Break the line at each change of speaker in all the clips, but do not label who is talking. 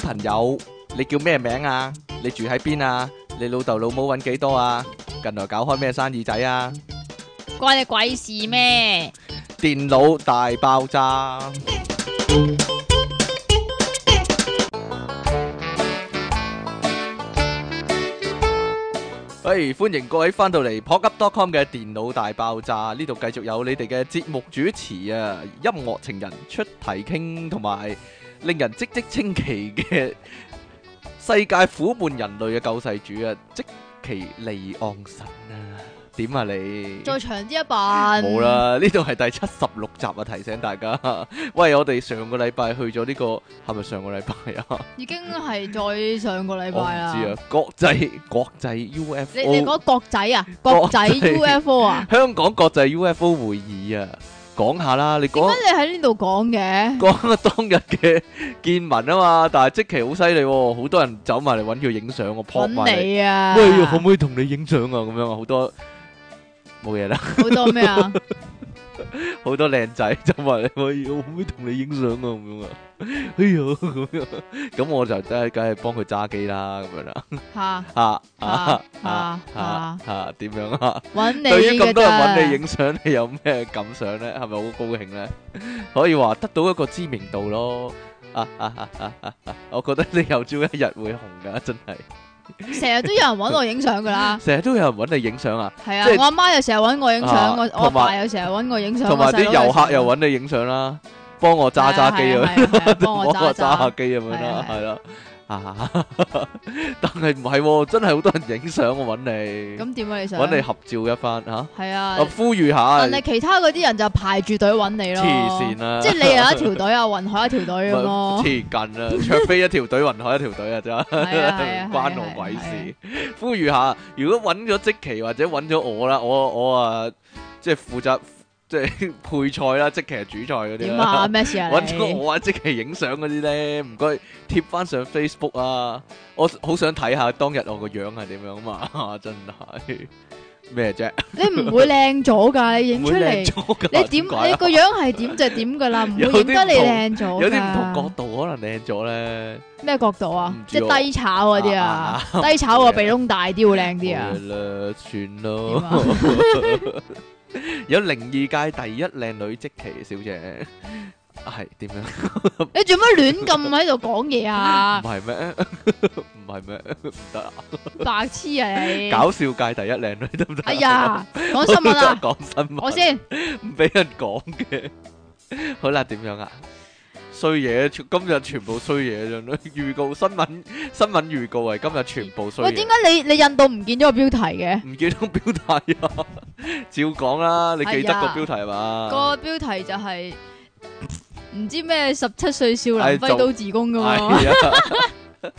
朋友，你叫咩名啊？你住喺邊啊？你老豆老母揾幾多啊？近來搞開咩生意仔啊？
关你鬼事
嗯
咩？
電腦大爆炸，喂，歡迎各位翻到嚟 p o c u p c o m 嘅電腦大爆炸，呢度繼續有你哋嘅節目主持啊，音樂情人出題傾同埋令人嘖嘖稱奇嘅 世界苦悶人類嘅救世主啊，即其利昂神啊，點啊你？
再长啲一版。
冇。啦，呢度係第七十六集啊！提醒大家， 喂，我哋上個禮拜去咗呢、個係咪上個禮拜啊？
已經係再上個禮
我唔
拜啦。
知啊，國際國際
你你
UFO，
講國仔啊，
國
國仔
仔
UFO 啊，
香港國際 UFO 會議啊，講下啦，你
點
講
解你喺呢度講嘅？
講下當日嘅見聞啊嘛，但係即期好犀利喎，好多人走埋嚟揾佢影相，我撲埋
揾
嚟，
你啊！
喂，可唔可以同你影相啊？咁樣啊，好多冇嘢啦。
好多 咩啊？
好多靚仔就話你可以，我可唔可以同你影相啊？咁樣啊，哎呦咁樣，咁我就真係梗係幫佢揸機啦，咁樣啦，
吓
啊啊
啊
啊
啊
啊
啊
啊，點樣啊？
揾你
對於咁
嘅
多人揾你
咋？
影相，你有咩感想咧？係咪好高興咧？可以話得到一個知名度咯。啊啊啊啊啊啊！我覺得你有朝一日會紅噶，真係
成日都有人揾我影相噶啦。
成日都有人揾你影相啊，
係啊
即係，
我阿媽又成日揾我影
啊
相，我我阿
同埋
爸又啊成日揾我影相，
同埋啲遊客又
揾
揾你影相啦，幫我揸揸機啊。
幫我
我
揸
揸下
揸。
機咁樣啦，
係
係啦。啊！但係唔係喎，真係好多人影相我揾你，
咁點啊？你想
揾你合哦照一番嚇。
係啊
我，呼籲
但
下
係，其他嗰啲人就排住隊揾你咯。
黐線啦，
即係你又一條隊啊，雲海一條隊咁
黐
咯。
近啦，卓飛一條隊，雲海一條隊啊，真
係啊係
係
啊
關我鬼事。呼籲下，如果揾咗即期或者揾咗我啦，我我啊即係負責即係配菜啦，即期係主菜嗰啲
點
啦
啊？。咩事啊？
揾
你
咗我啊，即期影相嗰啲咧，唔該貼翻上 Facebook 啊！我好想睇下當日我個樣係點樣嘛， 真係咩啫？
你唔會靚咗㗎，你影出
會靚
嚟，
咗噶，
你點
解啊
你個樣係點就點㗎啦，唔
有
會影得你
啲
靚咗㗎。
有啲唔同角度可能靚咗咧，
咩角度啊
唔？知
即
喎
係低炒嗰啲啊，低炒個鼻窿大啲會靚啲啊
冇。嘢啦，算
點
咯。
啊？
有靈異界第一靚女即期小姐，係點樣？
你做乜亂咁喺度講嘢
唔
啊？
係咩？唔係咩？唔得啊！
白痴啊你！
搞笑界第一靚女得唔得啊？
哎呀，講新聞啊！
講新聞，
我 先
唔俾人講嘅。好啦，點樣啊？衰嘢，全今日全部衰嘢啫。預告新聞新聞預告係今日全部衰
喂，點
嘢，
解你你印度唔見咗個標題嘅？
唔記得標題啊？照講啦，你記得個
哎呀
標題係嘛？
個標題就係唔知咩十七歲少
哎
男
就
揮刀自宮噶嘛？
係啊，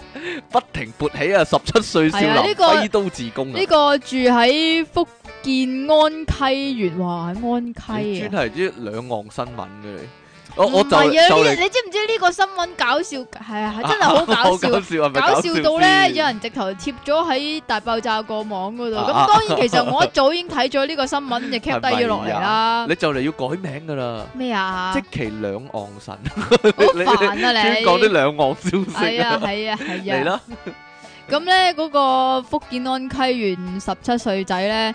不停勃起啊！十七歲少
係啊
林
呢個
揮刀自宮
呢
啊！
個住喺福建安溪縣，哇，喺安
你
溪
專
啊！
係啲兩岸新聞嘅你，我我就
唔係啊
就 嚟
呢你知唔知呢個新聞搞笑？係啊，係真係好搞笑。
係咪
搞笑到咧，
先
有人直頭貼咗喺大爆炸個網嗰度。
啊
咁
啊
當然，其實我一早已經睇咗呢個新 聞，就 cap 低咗落嚟啦
你。就嚟要改名噶啦。
咩啊？
即其兩岸神，
好煩啊你！
專講啲兩岸消息
係啊
啊！
係啊係
嚟
啊！
啦，
咁咧嗰個福建安溪縣十七歲仔咧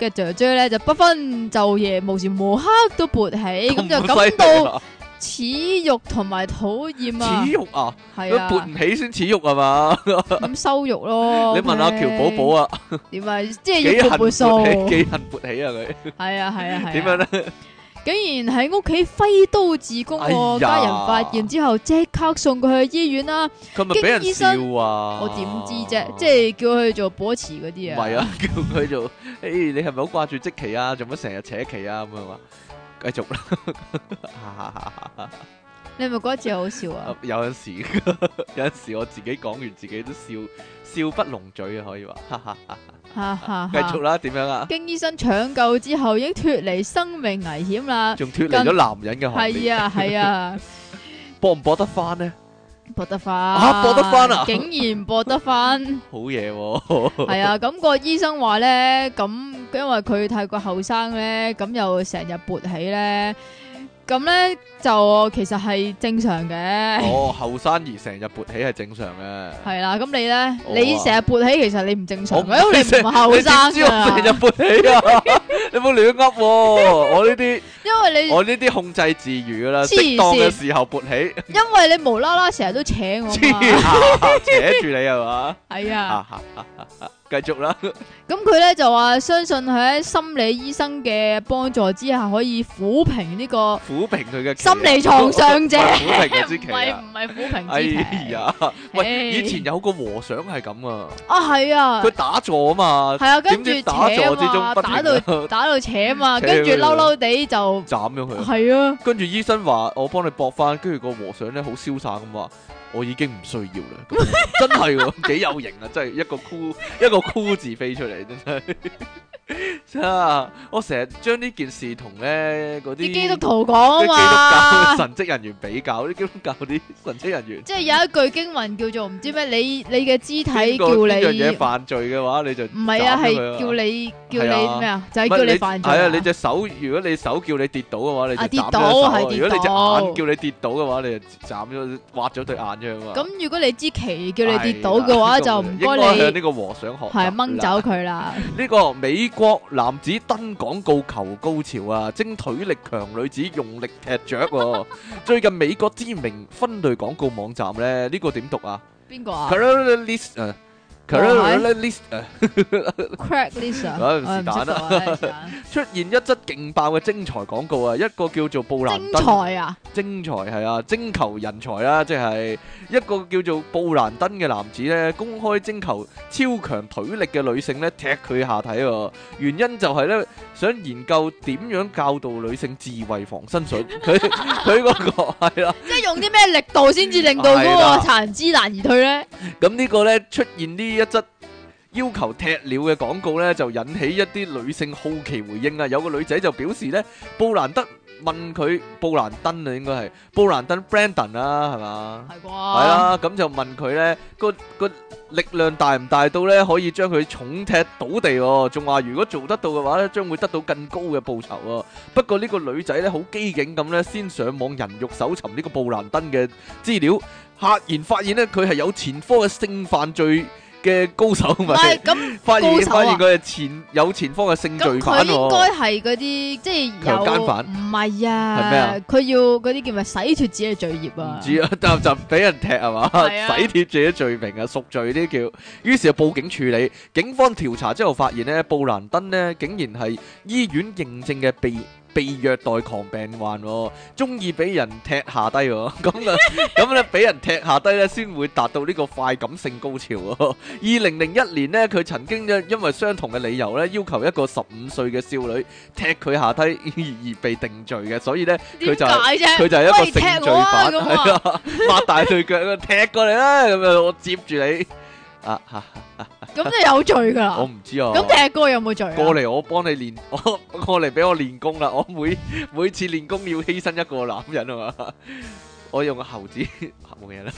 嘅姐姐咧就不分晝夜，無時無刻都勃起，咁就感到
到
恥辱同埋討厭啊
恥！辱啊！
係
佢
啊，
勃唔起先恥辱係嘛？
咁羞辱 咯。
你問下喬寶寶
啊，
啊，
點啊？即係
幾
要
恨
撥撥
勃
數，
起，幾恨勃起啊！佢
係啊係啊係啊。
點樣咧？
竟然喺屋企揮刀自宮喎、
哎呀
家人發現之後即刻送佢去醫院啦、
佢咪俾人
經醫
笑
生
啊！
我點知啫？即係叫佢做保持嗰
唔
啲啊？
係 啊？叫佢做，誒你係咪好掛住即期啊？做乜成日扯旗啊？咁樣話，繼續 啦。
你係咪覺得自己好笑啊？
有陣 時，有陣時我自己講完自己都笑笑不攏嘴啊，可以話。
哈哈
繼續
哈！
啦，點樣啊？
經醫生搶救之後，已經脱離生命危險啦。
仲脱離咗男人嘅行列，
係啊係啊，
搏唔搏得翻呢？
搏得翻
啊搏得返啊
竟然搏得翻，
好嘢喎！
係啊！咁、個醫生話咧，咁因為佢太過後生咧，咁又成日勃起咧，咁咧就其實係正常嘅，
哦，後生而成日勃起係正常嘅。
係啦。咁你咧，
我啊
你成日勃起，其實你唔正常
我
嘅，因為你唔後生
你點知我成日
㗎，
勃起啊！ 你冇亂噏喎，我呢啲
因為你
我呢啲控制自如噶啦，
黐
適當嘅
線
時候勃起，
因為你無啦啦成日都扯我
黐
嘛，
下扯住你係 嘛？
係啊。
啊啊啊啊繼續啦，
咁佢咧就話相信喺心理醫生嘅幫助之下，可以撫平呢個
撫平佢嘅期
心理創傷啫
唔係撫平佢
唔
之期
係
啊！
唔係撫平
哎
之期。
呀，喂，
唉
以前有個和尚係咁啊，
啊係啊
佢，打坐啊嘛，
係啊，
點
跟
知
住
打坐之
扯啊
中
嘛，
不啊
打到
斷
打到扯嘛，
扯
跟住
佢
嬲嬲地就
斬咗佢啊。
係啊，
跟住醫生話我幫你搏翻，跟住個和尚咧好瀟灑咁話，我已經唔需要啦， 咁樣真係喎，幾有型啊！真係一個酷 一個酷字飛出嚟，真係。 真係我成日將呢件事同咧嗰
啲
啲
基督徒講
啲基督教
啊嘛，
神職人員比較，啲基督教啲神職人員，
即係有一句經文叫做唔知咩，你你嘅肢體叫
邊個邊樣嘢
你
犯罪嘅話，你就
唔係啊，
斬咗佢啊
係叫你叫
係啊
你咩啊，就係
唔係
叫你犯罪
係啊！
啊，
你隻手，如果你手叫你跌倒嘅話，你就
啊跌
斬咗
倒
隻手啊
係跌
如果你隻
倒
眼叫你跌倒嘅話，你就斬咗挖咗對眼出去嘛。
咁如果你知奇叫你跌倒
係
嘅
啦呢
話，
個
就唔
應
該
該
你
向呢個和尚學習
哦係掹走
啦。
佢啦。
呢個美國男子登廣告求高潮啊，精腿力強女子用力踢雀喎。最近美國知名分類廣告網站咧，呢個點讀啊
邊個 啊
c a r o l i s t c a r o l i s t
？Crack Lisa，
啊是
我唔
但啦
識讀啊，是但
出現一則勁爆嘅精彩廣告啊！一個叫做布蘭
精
登。
彩啊！
精才係啊，徵求人才啦，即係一個叫做布蘭登嘅男子呢，公開徵求超強腿力嘅女性呢，踢佢下體喎。原因就係呢，想研究點樣教導女性自衛防身術。佢佢嗰個係啦，
即係用啲咩力度先至令到
係
嗰
啦
個殘肢難而退咧？
咁呢個呢，出現呢一則。要求踢料嘅廣告呢，就引起一啲女性好奇回應啊！有個女仔就表示呢，布蘭德問佢布蘭登啊，應該係布蘭登 Brandon 啦，係嘛？
係啊啩？
係啦，咁就問佢咧，個個力量大唔大到咧，可以將佢重踢倒地喎？仲話如果做得到嘅話咧，將會得到更高嘅報酬喎。不過呢個女仔咧好機警咁咧，先上網人肉搜尋呢個布蘭登嘅資料，赫然發現咧佢係有前科嘅性犯罪嘅高手，
唔
咪
係咁，
發現
高手啊
發現佢係前有前科嘅性罪
咁
犯
佢應
喎。
該係嗰啲即係
強
有
姦犯
唔係
係咩啊
啊？佢要嗰啲叫咩洗脱自己嘅罪孽
唔
啊？
知啊， 但就俾人踢係嘛，
係啊
洗脱自己罪名啊，贖罪呢啲叫。於是就報警處理，警方調查之後發現呢，布蘭登呢竟然係醫院認證嘅被被虐待狂病患、喎，中意俾人踢下低、喎。 咁啊咁咧俾人踢下低咧，先會達到呢個快感性高潮、喎。二零零一年呢，佢曾經因因為相同嘅理由咧，要求一個十五歲嘅少女踢佢下低而被定罪嘅，所以呢，佢
點
就
解
係
啫？
佢就係一個性
喂踢
罪
我啊
犯，
咁
係
啊！
啊， 擘大對腳咁踢過嚟啦，咁樣我接住你啊嚇，
咁就有罪㗎
我
啦。
唔知啊。
咁踢哥有冇罪啊？
過嚟我幫你練， 我過嚟俾我練功啦。我每每次練功要犧牲一個男人啊嘛，我用個猴子 冇嘢啦，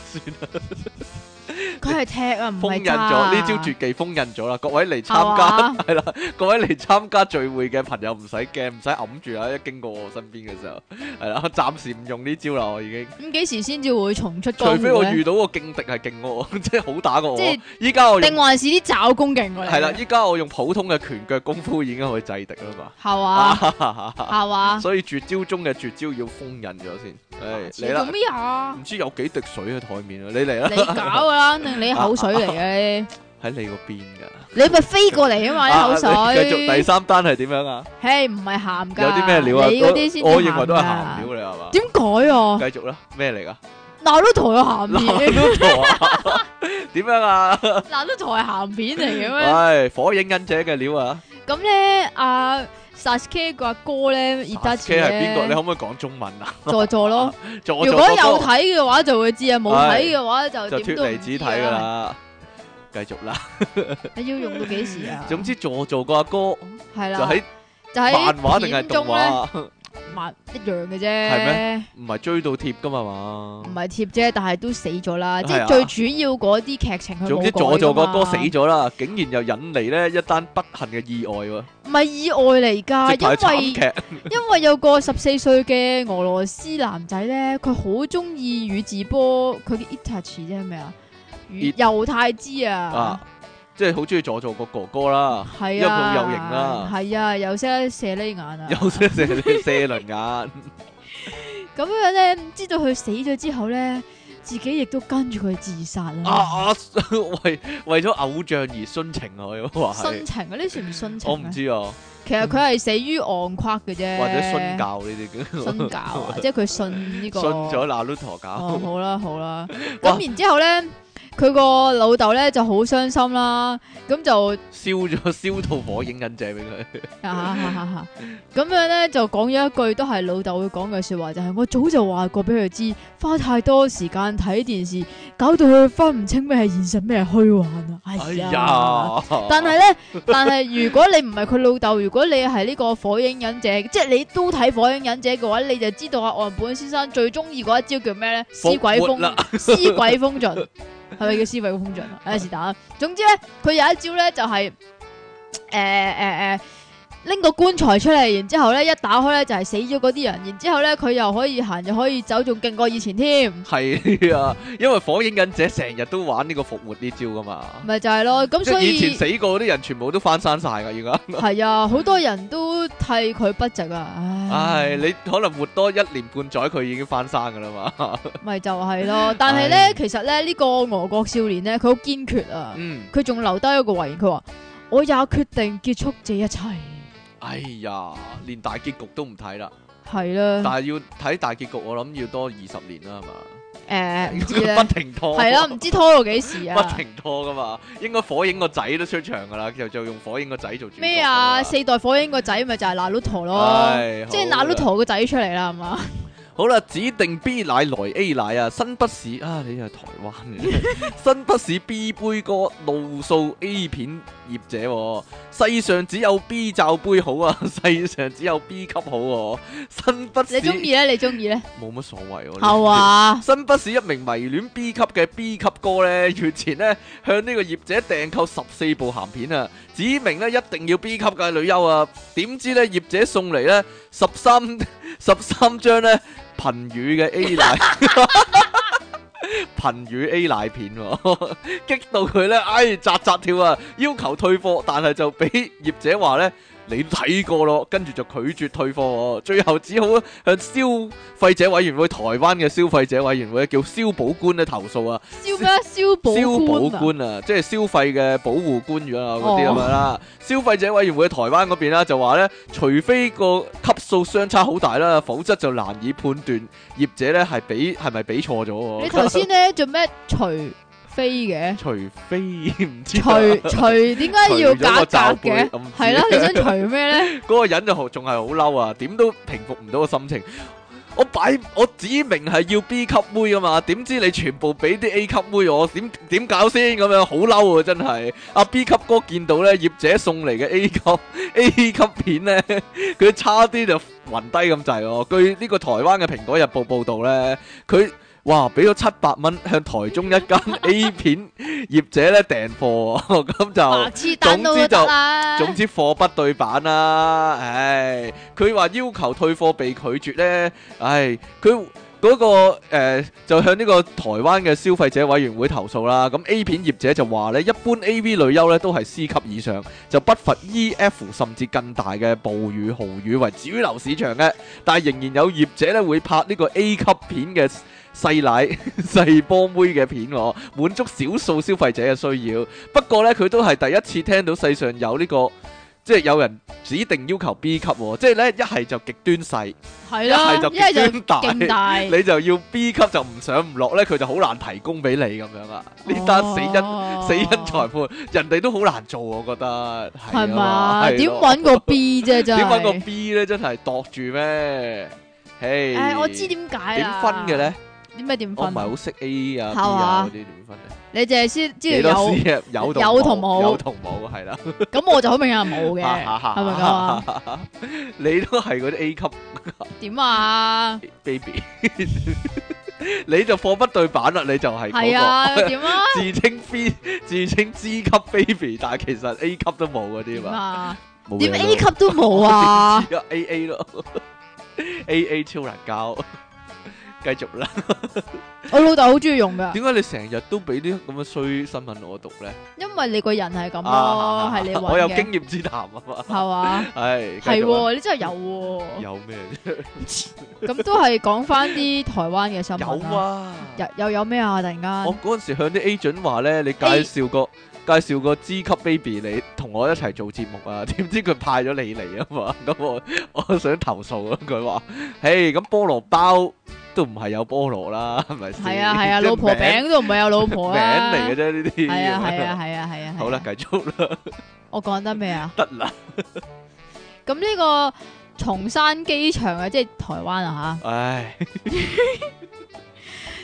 佢係踢啊，唔
封
係
印
揸
咗
啊
呢招絕技，封印咗啦。各位嚟參加
係嘛
係啦， 各位嚟參加聚會嘅朋友唔使驚，唔使揞住啦。一經過我身邊嘅時候，係啦，暫時唔用呢招啦，我已經。
咁幾時先至會重出江
除
湖
非我遇
咧？
到個勁敵係勁我， 即係好打過我
即係。
依家我用
定還是啲爪功勁啊㗎？
係啦，，依家我用普通嘅拳腳功夫已經可以制敵啦嘛。
係嘛？
啊，
係嘛？
所以絕招中嘅絕招要封印咗先。唉，你
做
啦，
咩啊
唔？知有幾滴水喺台面啊？你嚟
你
啦，
搞噶啦，肯定你口水嚟嘅，
喺你嗰邊㗎。
你咪飛過嚟啊嘛啲口
啊你繼續第
水。
三單係點樣啊？
嘿，唔係鹹噶，
有啲咩料啊？
你嗰啲先
我我
至
認為都係鹹料
㗎。
嚟係嘛？
點 改啊？
繼續啦，咩 嚟㗎？
嗱都台係鹹
嗱
片，
都錯啊？ 點樣 啊？
嗱都台係鹹片嚟嘅咩？
唉，火影忍者嘅料啊！
咁咧，阿 Sasuke 個阿哥咧，熱德
係
慈
邊個？你
咧，
可唔可以講中文啊？
助助咯。
助
如果有睇嘅話就會知啊，冇睇嘅話就
就脱
點都
離
唔
子
知啊
體噶。啦，繼續啦。
你哎要用到幾時啊？
總之，助做個阿哥就
係啦，
喺
就喺
漫畫定係啊
片
動
中咧，
畫
埋一樣嘅啫，
咩唔係追到貼噶嘛嘛
唔。係貼啫，但係都死咗啦。即
係啊
係最主要嗰啲劇情佢
總
冇
之
改
佐助
㗎
個
嘛
哥死咗啦，竟然又引嚟咧一單不幸嘅意外
唔係意外嚟
喎，即係
㗎，因
慘
為
劇。
因為有個十四歲嘅俄羅斯男仔咧，佢好中意宇智波，佢嘅 Itachi 啫係咩啊？與猶太之啊
啊，即係好中意佐助個哥哥啦，因為
係
佢
啊，
有型啦
係啊，又識得射呢眼啊，
有些射射輪眼，
咁樣咧，知道佢死咗之後咧，自己亦都跟住佢自殺
啊
啦。
啊， 為為咗偶像而殉情啊，佢話
殉
係，
情啊，呢算唔殉情
我唔
啊？
知啊，
其實佢係死於昂夸嘅啫，
或者殉教呢啲叫
殉 教啊，即係佢信呢個。
殉咗那魯陀教
哦，。好啦好啦，
哇
咁然之後咧，佢個老豆咧就好傷心啦，咁就
燒咗 燒到火影忍者俾佢，
啊咁樣咧就講咗一句都係老豆會講嘅说話，就係我早就話過俾佢知，花太多時間睇電視，搞到佢分唔清咩係現實咩係虛幻啊！
哎
哎呀，
呀！
但係咧，但係如果你唔係佢老豆，如果你係呢個火影忍者，即係你都睇火影忍者嘅話，你就知道阿岸本先生最中意嗰一招叫咩咧？屍鬼
復活
風
啦，
尸鬼風盡，係咪叫尸鬼風盡 啊？诶，是但。總之咧，佢有一招咧就係诶诶诶，拎、個棺材出嚟，然之后咧一打開咧就係死咗嗰啲人，然之后咧佢又可以行又可以走，仲勁過以前添。
係啊，因為火影忍者成日都玩呢個復活呢招噶嘛，
咪就係咯，咁
即係
所
以前
以
死過嗰啲人全部都翻生晒噶，而家。
係啊，好多人都替佢不值啊，
唉，你可能活多一年半載，佢已經翻生噶啦嘛。
咪就 係咯。但係咧
唉，
其實咧呢、個俄國少年咧，佢好堅決啊，
嗯，
佢仲留低一個遺言，佢話：我也決定結束這一切。
哎呀，連大結局都唔睇啦，
係啦。
但係要睇大結局，我諗要多二十年啦，係嘛？
诶，唔知 咧，
不停拖，
係啦，唔知拖到幾時
不
啊？
停拖噶嘛。應該火影個仔都出場噶啦，就就用火影個仔做主角㗎嘛。
咩啊？四代火影個仔咪就係那魯陀咯，
唉
即係
好啊
那
啦
魯陀個仔出嚟啦，係嘛？
好啦，指定 B 奶來 A 奶啊，新北市啊，你又係台灣嘅，新北市 B 杯哥怒訴 A 片業者、喎。世上只有 B 罩杯好啊，世上只有 B 級好、喎。新北市
你中意咧？啊你中意咧？
冇乜所謂喎、
係 話
新北市一名迷戀 B 級嘅 B 級哥呢，月前呢向呢個業者訂購十四部鹹片啊，指明呢一定要 B 級嘅女優啊，點知呢業者送嚟呢十三 十三張呢貧乳嘅 A 奶。 貧乳 A 奶片、喎，激到佢呢，唉，扎扎跳啊！要求退貨，但係就俾業者話呢，你睇過咯，跟住就拒絕退貨、喎，最後只好向消費者委員會、台灣嘅消費者委員會叫消保官咧投訴啊，
燒咩？燒寶
消保
官啊？
官啊，即係消費嘅保護官員啊嗰啲咁
哦
樣啦。消費者委員會台灣嗰邊啦啊就話咧，除非個級數相差好大啦，否則就難以判斷業者咧係俾係咪俾錯咗喎。？
你頭先咧做咩除飛嘅
除非唔知
除
啊
除點解要
除咗個
假
罩
夾
杯
嘅
我唔？知
係啦，你想除咩咧？
嗰個人就好仲係好嬲啊，點都平復唔到個心情。我擺我指明係要 B 級妹噶嘛，點知你全部俾啲 A 級妹我，點點搞先咁樣？好嬲啊，真係！阿 B 級哥見到咧業者送嚟嘅 A 級 A 級片咧，佢差啲就暈低咁滯喎。據呢個台灣嘅《蘋果日報》報導咧，佢哇俾咗七百蚊向台中一間 A 片業者咧訂貨喎，咁就。
白痴單
總
都
之就
得啦。
總之貨不對版啦，唉，佢話要求退貨被拒絕呢，唉，佢嗰、個、呃、就向呢個台灣嘅消費者委員會投訴啦。咁 A 片業者就話呢，一般 A.V. 女優呢都係 C 級以上，就不乏 E.F. 甚至更大嘅暴乳豪乳為主流市場嘅，但係仍然有業者呢會拍呢個 A 級片嘅。細奶 細波妹嘅片喎，滿足少數消費者嘅需要。不過呢，佢都係第一次聽到世上有呢、個，即係有人指定要求 B 級喎，即係呢，一係就極端細，
係
一
啦，
係就
一係就
極端
勁
大，
大。
你就要 B 級就唔上唔落呢，佢就好難提供俾你咁樣啊！呢單死因、
哦
死因啊裁判，人哋都好難做，我覺得
係
係啊
嘛？
係咯
點揾個 B 啫？真
點揾個
係。
B 呢？真係度住咩？唉，
誒，我知點解
點
啦。
分嘅呢？
啲咩點
我唔係
分？
好識 A 啊 B
係
啊嗰
嘛
啲點分咧？
你淨係先知
幾
道
多
有，
C 啊？有同
有同冇
有同冇係啦，
咁我就好明顯係冇嘅，係咪咁啊？
啊？你都係嗰啲 A 級
點啊？
baby，你就貨不對版啦，你就係
係
嗰
啊？點啊？
個自稱 B、自稱 G 級 baby，但係其實 A 級都冇嗰啲
點
嘛，
啊？
冇嘢
點
咯
A 級都冇 啊？
有 A A 咯，A A 超難教， 繼續啦。
我老豆好中意用噶，
點解你成日都俾啲咁嘅衰新聞我讀咧？
因為你個人係咁咯，
啊，
係你
我有
揾
經
嘅，
驗之談啊嘛，
係嘛？
係繼
係
續啊啦
喎，你真係有喎，
有咩？
咁都係講翻啲台灣嘅新聞
有
啦。
啊，
又又有咩啊？突哎然
我
間
嗰陣時向啲 agent 話咧，你介紹個介紹個 G 級 baby 你同我一齊做節目啊， 點知佢派咗你嚟啊嘛， 咁我我想投訴啊，佢話：，嘿，咁菠蘿包都唔係有菠蘿啦，係咪先？
係啊係啊，
即係
老婆
名
餅都唔係有老婆
名
啦，
嚟嘅啫，呢啲
係 啊係啊係啊係啊。
好啦，，繼續啦，
我講得咩啊？
得啦，
咁呢個松山機場啊，即係台灣 啊
唉，
吓，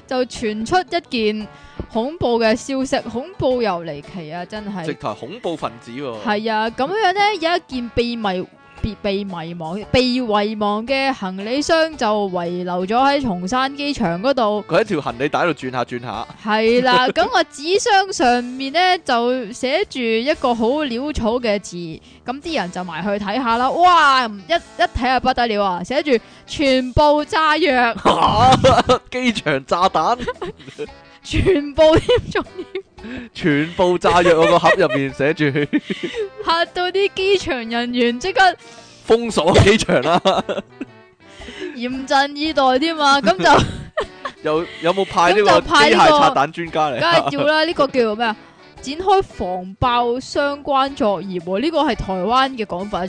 就傳出一件恐怖嘅消息，恐怖又離奇啊！真
直
係
頭恐怖分子喎，
係啊，咁樣呢，有一件被迷被被迷忘、被遺忘嘅行李箱就遺留咗喺松山機場嗰度。
佢喺條行李帶度轉下轉下，
係啦，咁個紙箱上面咧就寫住一個好潦草嘅字，咁啲人就埋去睇下啦。哇，一一睇就不得了啊！寫住全部炸藥，
機場炸彈。
全部添仲
全部炸藥我個盒入面寫住
嚇到啲機場人員即刻
封鎖機場啦，
嚴陣以待添嘛。咁就
有有冇派呢個
咁就
機
派呢個
械拆彈專家
梗
嚟啊？
係要啦，呢、個叫做咩啊？展開防爆相關作業喎，呢個係台灣嘅講法，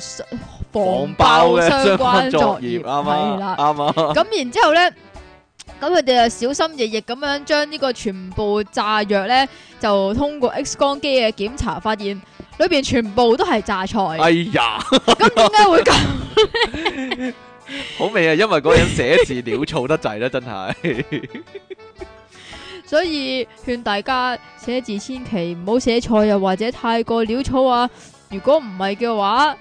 防
爆
爆相
關
關
作
作
業
業
啱
係
啊
啦，。
啱啊，
咁然之後咧，咁佢哋就小心翼翼咁樣將呢個全部炸藥咧，就通過 X 光機嘅檢查發現，裏邊全部都係榨菜。
哎呀，
咁點解會咁？
好味啊！因為嗰個人寫字潦草得滯啦，真係
所以勸大家寫字千祈唔好寫錯，又或者太過潦草啊！如果唔係嘅話，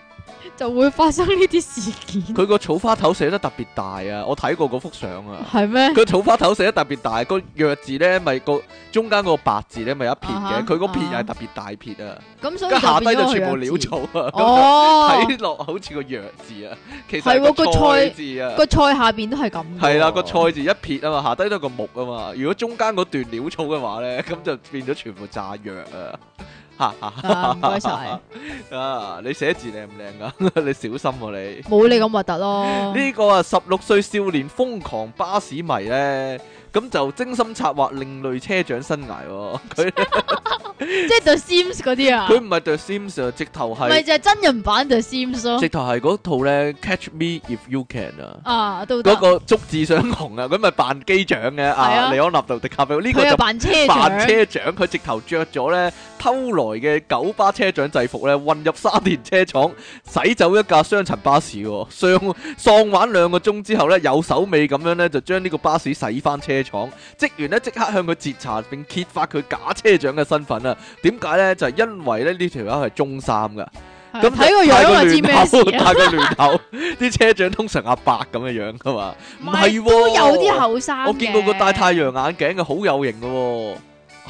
就會發生呢啲事件，
佢個草花頭寫得特別大啊！我睇過嗰幅相 啊。
係咩？
個草花頭寫得特別大，個藥字咧咪個中間個白字咧咪一撇
啊哈
嘅，佢嗰撇
啊
又
哈
係特別大撇啊，
咁所以
跟下低
變
就
咗
全部
佢
潦
弱智。
草啊，咁
哦，
睇落好似個藥字啊，其實
係
係
喎
個
個
菜
菜
字啊。
個菜下邊都係咁。
係啦，個。菜字一撇啊嘛，下低都係個木啊嘛。如果中間嗰段潦草嘅話咧， 咁就變咗全部炸藥啊！ 哈哈
啊，唔該晒，
啊！ 你寫字靚唔靚噶？你小心喎、你。
冇你咁核突咯。
呢個啊，十六歲少年瘋狂巴士迷咧，咁就精心策劃另類車長生涯、喎。 佢
即係 The Sims 嗰啲啊
佢，唔係 The Sims 啊，直頭
咪
係
就係真人版 The Sims 咯
直。頭係嗰套咧 Catch Me If You Can 啊。
啊，都得
嗰。個足智雙雄啊，佢咪扮機長嘅啊，
啊
李安納度迪卡比奧呢個
佢
就
又扮車長，
扮車長，佢直頭着咗咧偷來嘅九巴車長制服咧，混入沙田車廠，洗走一架雙層巴士喎。上喪玩兩個鐘之後咧，有手尾咁樣咧，就將呢個巴士洗翻車廠。職員咧即刻向佢截查並揭發佢假車長嘅身份啊！點解咧？就係、因為咧呢條友係中三噶，
係
咁
睇個
就戴
樣就知
個
咩
亂
事
頭，
啊。
戴個亂頭，啲車長通常阿伯咁嘅樣噶嘛，唔係喎，
都有啲後生嘅
我見過個戴太陽眼鏡嘅好有型嘅喎，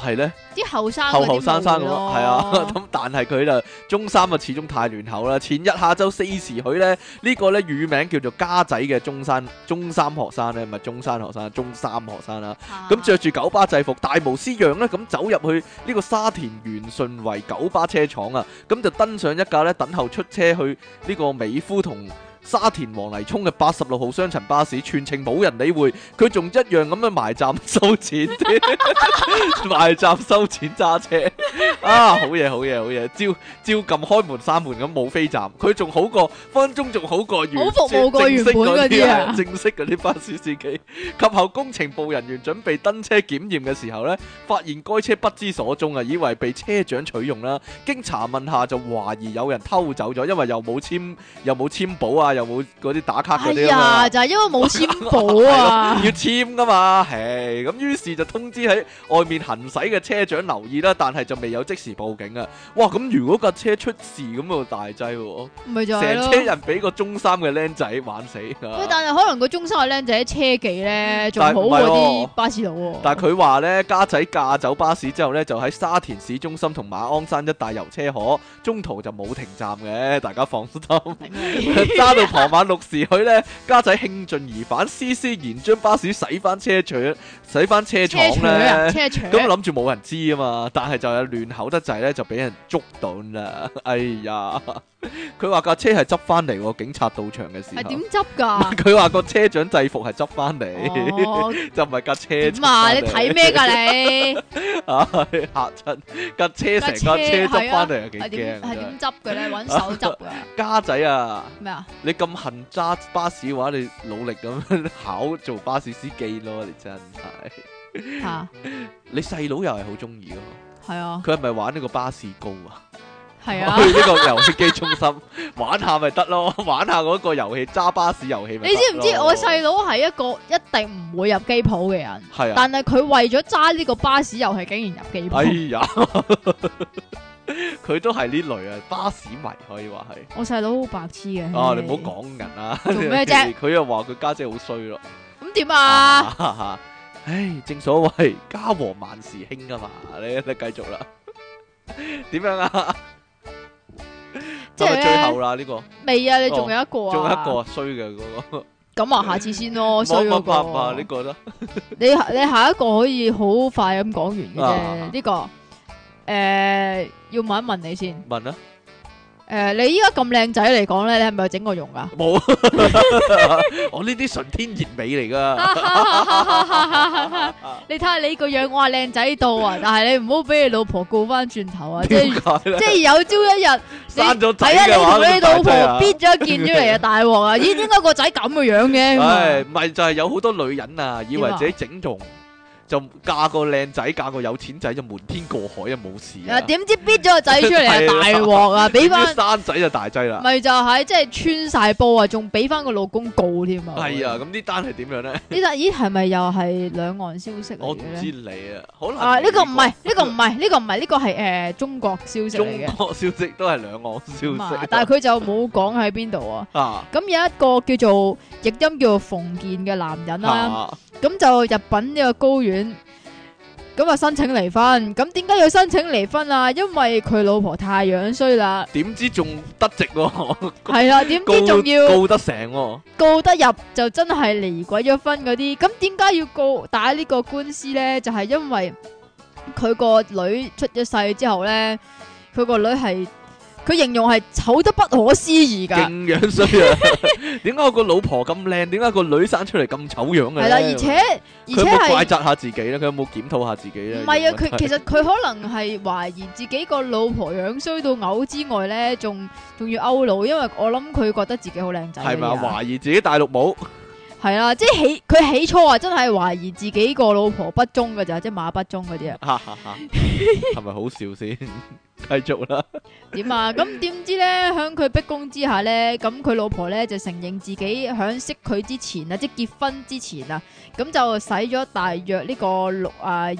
係咧。
啲後生
後後生生咁
啊咯，
咯，係啊， 咁但係佢就中三啊，始終太亂口啦。前一下晝四時許咧，呢個咧乳名叫做家仔嘅中山中三學生咧，唔係中山學生，中三學生啦。
啊
咁着住九巴制服，大無私樣咧，咁走入去呢個沙田元順圍九巴車廠啊，咁就登上一架咧等候出車去呢個美孚同沙田黃泥涌嘅八十六號雙層巴士，全程冇人理會，佢仲一樣咁樣 埋站收錢，埋站收錢揸車啊！好嘢好嘢好嘢，照照撳開門閂門咁冇飛站，佢仲好過分分鐘仲好過原
好服務過原本嗰啲啊
正式嗰啲巴士司機。及後工程部人員準備登車檢驗嘅時候呢，發現該車不知所蹤啊，以為被車長取用啦。經查問下就懷疑有人偷走咗，因為又冇簽又冇簽保啊，又冇嗰啲打卡嗰
哎
啲啊嘛
呀，就係因為冇簽 保啊，
要簽噶嘛，唉，咁於是就通知喺外面行駛嘅車長留意啦，但係就未有即時報警啊！哇，咁如果架車出事咁就大劑喎，
咪就係
成
咯
車。人俾個中三嘅僆仔玩死啊
喂，！但係可能個中山嘅僆仔車技咧，仲好
但係唔係
過啲
喎
巴士佬喎。
但係佢話呢，家仔駕走巴士之後呢，就喺沙田市中心同馬鞍山一帶遊車河，中途就冇停站嘅， 大家放 心。揸到傍晚六時許呢，家仔興盡而返，施施然將巴士駛翻車廠，駛翻車廠
車搶
呢
啊，。車搶
咁諗住冇人知啊嘛，但係就有亂口得滯咧，就俾人捉到啦。 哎呀，佢話架車係執翻嚟喎，警察到場嘅時
係點
候。
執 㗎？
佢話個車長制服係執翻嚟，
哦，
就唔係架車執
點啊？
返
你
嚟。
睇咩㗎你？
啊？ 嚇親架車成架車執翻嚟啊，幾
係
驚
點係
真係
點執 嘅咧？揾手執㗎
家仔啊，
咩啊？
你咁恨揸巴士嘅話，你努力咁 樣考做巴士司機咯，你真係。
嚇
你細佬又係好中意噶嘛？
係啊
佢係咪玩呢個巴士高啊？
係 啊！
去呢個遊戲機中心 玩下咪得咯， 玩下嗰個遊戲揸巴士遊戲咪
你
得咯。
知唔知我細佬係一個一定唔會入機鋪嘅人，
係啊？
但係佢為咗揸呢個巴士遊戲，竟然入機
哎
鋪。
呀， 佢都係呢類啊，巴士迷可以話係。
我細佬好白痴嘅。
哦，你唔好講人啊！
做咩啫
佢又話佢家姐好衰咯。
咁點啊？
啊！唉，正所謂家和萬事興啊嘛，你你繼續啦。 點樣啊？即
即係
係
咧
最後啦，呢個
未啊，你仲有一個啊？
哦仲有一個衰嘅嗰個，
個。咁啊，下次先咯，衰
乜
嗰
乜乜啊？
個
呢。個啦，
你你下一個可以好快咁講完嘅
啊
啫。呢個誒要問一問你先。
問啦。
誒，你依家咁靚仔嚟講咧，你係咪有整過容啊㗎？
冇， 我呢啲純天然美嚟噶。
你睇下你個樣，我話靚仔到啊，但係你唔好俾你老婆告翻轉頭啊！即
點
係
解咧
即？係有朝 一日，你
生咗仔
係啊，你
嘅話，
同你老
咁大劑啊
婆搣咗一件出嚟啊，大鑊啊！咦，點解個仔咁嘅樣嘅？咁
唉，
啊
唔係就係有好多女人啊，以為
點啊
自己整容就嫁個靚仔，嫁個有錢仔就瞞天過海啊，冇事啊
啊，。點知搣咗個仔出嚟啊，
係啊
大鑊 啊！
啲
俾翻
生仔就大劑啦。
咪就係即係穿晒煲啊，仲俾翻個老公告添啊！
係啊，，咁呢單係點樣咧？
呢單咦係咪又係兩岸消息
我
嚟
唔
嘅
知
咧？
你啊，可能
啊，呢個唔係，呢個唔
係
係，呢個唔係，呢個係誒中國消息嚟
中
嘅。
國消息，都係兩岸消
咁啊
息。
但係佢就冇講喺邊度啊。
啊
咁有一個叫做譯音叫做馮健嘅男人啦，
啊
咁、就入禀呢個高院，咁啊申請離婚。咁點解要申請離婚啊？因為佢老婆太樣衰啦，
點知仲得直喎？
係啦，點知仲要
告告得成喎？
告得入就真係離鬼咗婚嗰啲。咁點解要告打呢個官司呢？就係、因為佢個女出咗世之後呢，佢個女係佢形容係醜得不可思議㗎。
勁樣衰 啊！點解我個老婆咁靚？點解個女生出嚟咁醜樣嘅？
係啦，而且而
佢
且
有冇怪啊
係
責下自己咧？佢有冇檢討下自己咧？
唔係啊？
呢個問題
佢其實佢可能係懷疑自己個老婆樣衰到嘔之外咧，仲仲要勾佬，因為我諗佢覺得自己好靚仔嗰啲啊。
係咪啊？懷疑自己大陸 冇
係啦，即係起佢起初啊，真係懷疑自己個老婆不忠㗎咋，即係馬不忠嗰啲啊。
哈哈 哈係咪好笑先？繼續啦，
點啊？咁點知咧，響佢逼供之下咧，咁佢老婆咧就承認自己響識佢之前啊，即係結婚之前啊，咁就使咗大約呢個六啊二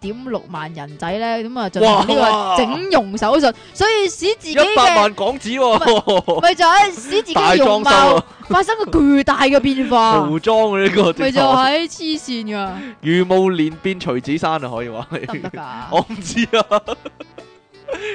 點六萬人仔咧，咁啊進行呢
哇
個整容手術，所以使自己
一百
嘅
萬港紙 喎，
咪就係使自己
大
嘅容
裝
貌
修，
發生個巨大嘅變化，
豪裝啊嘅呢個
咪
直
就
頭，
係黐線噶，
如冇連變徐子珊啊，可以話
得唔得
係。
㗎？
我唔知啊，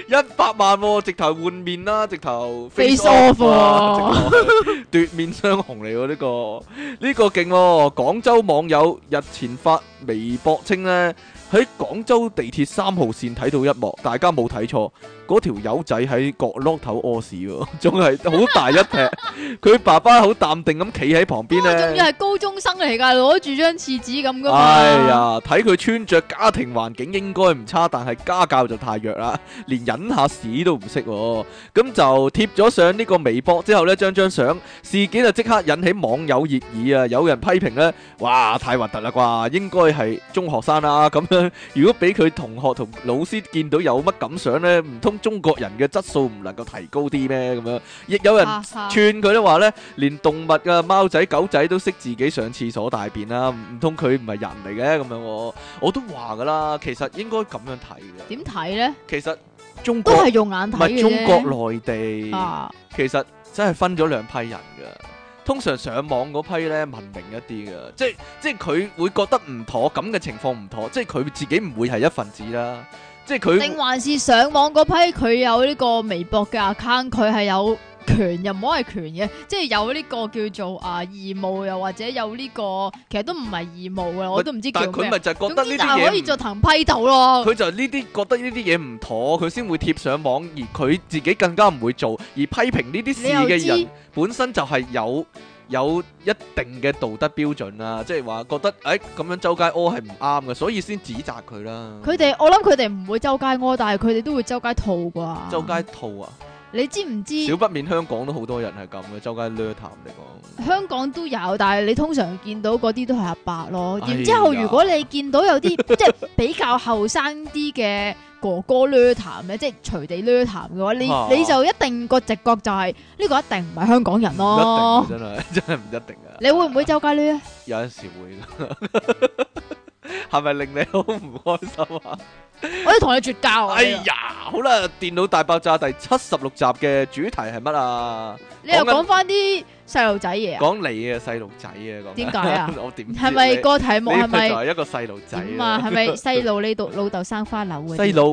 一百萬喎，直頭換面啦，直頭
Face off
啊，直頭奪面雙雄嚟喎呢個，呢個勁喎！廣州網友日前發微博稱呢，喺廣州地鐵三號線睇到一幕，大家冇睇錯，嗰條友仔喺角落頭屙屎喎，仲係好大一劈，佢爸爸好淡定咁企喺旁 邊
嗰個仲要
呢。
係高中生嚟㗎，攞住張廁紙咁噶嘛。啊
哎呀，睇佢穿着家庭環境應該唔差，但係家教就太弱啦， 連忍下屎都唔識喎。咁就貼咗上呢個微博之後呢，張張相事件就即刻引起網友熱議啊！有人批評呢：「哇，太核突啦啩，應該係中學生啦咁樣。 啦。如果俾佢同學同老師見到有乜感想咧，唔通中國人嘅質素唔能夠提高啲咩？咁樣亦有人。
哈
串
哈
佢都話咧，連動物嘅貓仔、狗仔都識自己上廁所大便啦，唔通佢唔係人嚟嘅咁樣喎？我都話噶啦，其實應該咁樣睇嘅。
點睇咧？
其實中
都
國
係用眼
唔
睇
係
嘅啫
中國內地，
啊，
其實真係分咗兩批人噶。通常上網嗰批咧文明一啲嘅，即係即係佢會覺得唔妥，咁嘅情況唔妥，即係佢自己唔會係一份子啦，即係佢
定還是上網嗰批佢有呢個微博嘅 account，佢係有權又唔好係權嘅，即係有呢個叫做啊義務，又或者有呢、個其實都唔係義務啦，我都唔知
但
叫
係佢
咩啊
咪。就係覺
總
得呢
之但
啲
係可
嘢
以
唔
做藤批鬥咯，
佢就呢啲覺得呢啲嘢唔妥，佢先會貼上網，而佢自己更加唔會做。而批評呢啲事嘅
你又
人
知
本身就係有有一定嘅道德標準啦，即係話覺得誒咁樣周街屙係唔啱嘅，所以先指責佢啦。
佢哋我諗佢哋唔會周街屙，但係佢哋都會周街吐啩。
周街吐啊，
你知唔知
少不免香港都好多人係咁嘅，周街掠談嚟講。
香港都有，但係你通常見到嗰啲都係阿伯咯。
哎呀
然之後，如果你見到有啲 即係比較後生啲嘅哥哥掠談咧，即係隨地掠談嘅話，
啊
你你就一定個直覺就係、呢、個一定唔係香港人
唔
咯
一。定嘅真係 真係唔一定啊！
你會唔會周街掠啊？
有陣時會 㗎？係咪令你好唔開心啊？
我要同你絕交啊。
哎呀，好啦，電腦大爆炸第七十六集嘅主題係乜啊？
你又
講緊
講翻啲細路仔嘢啊？
講你嘅細路仔啊，講緊
點解啊
我點知
係咪
你
個題目
你
係咪
就係一個細路仔
點啊？係咪細路 你度老豆生花柳啊？
細佬，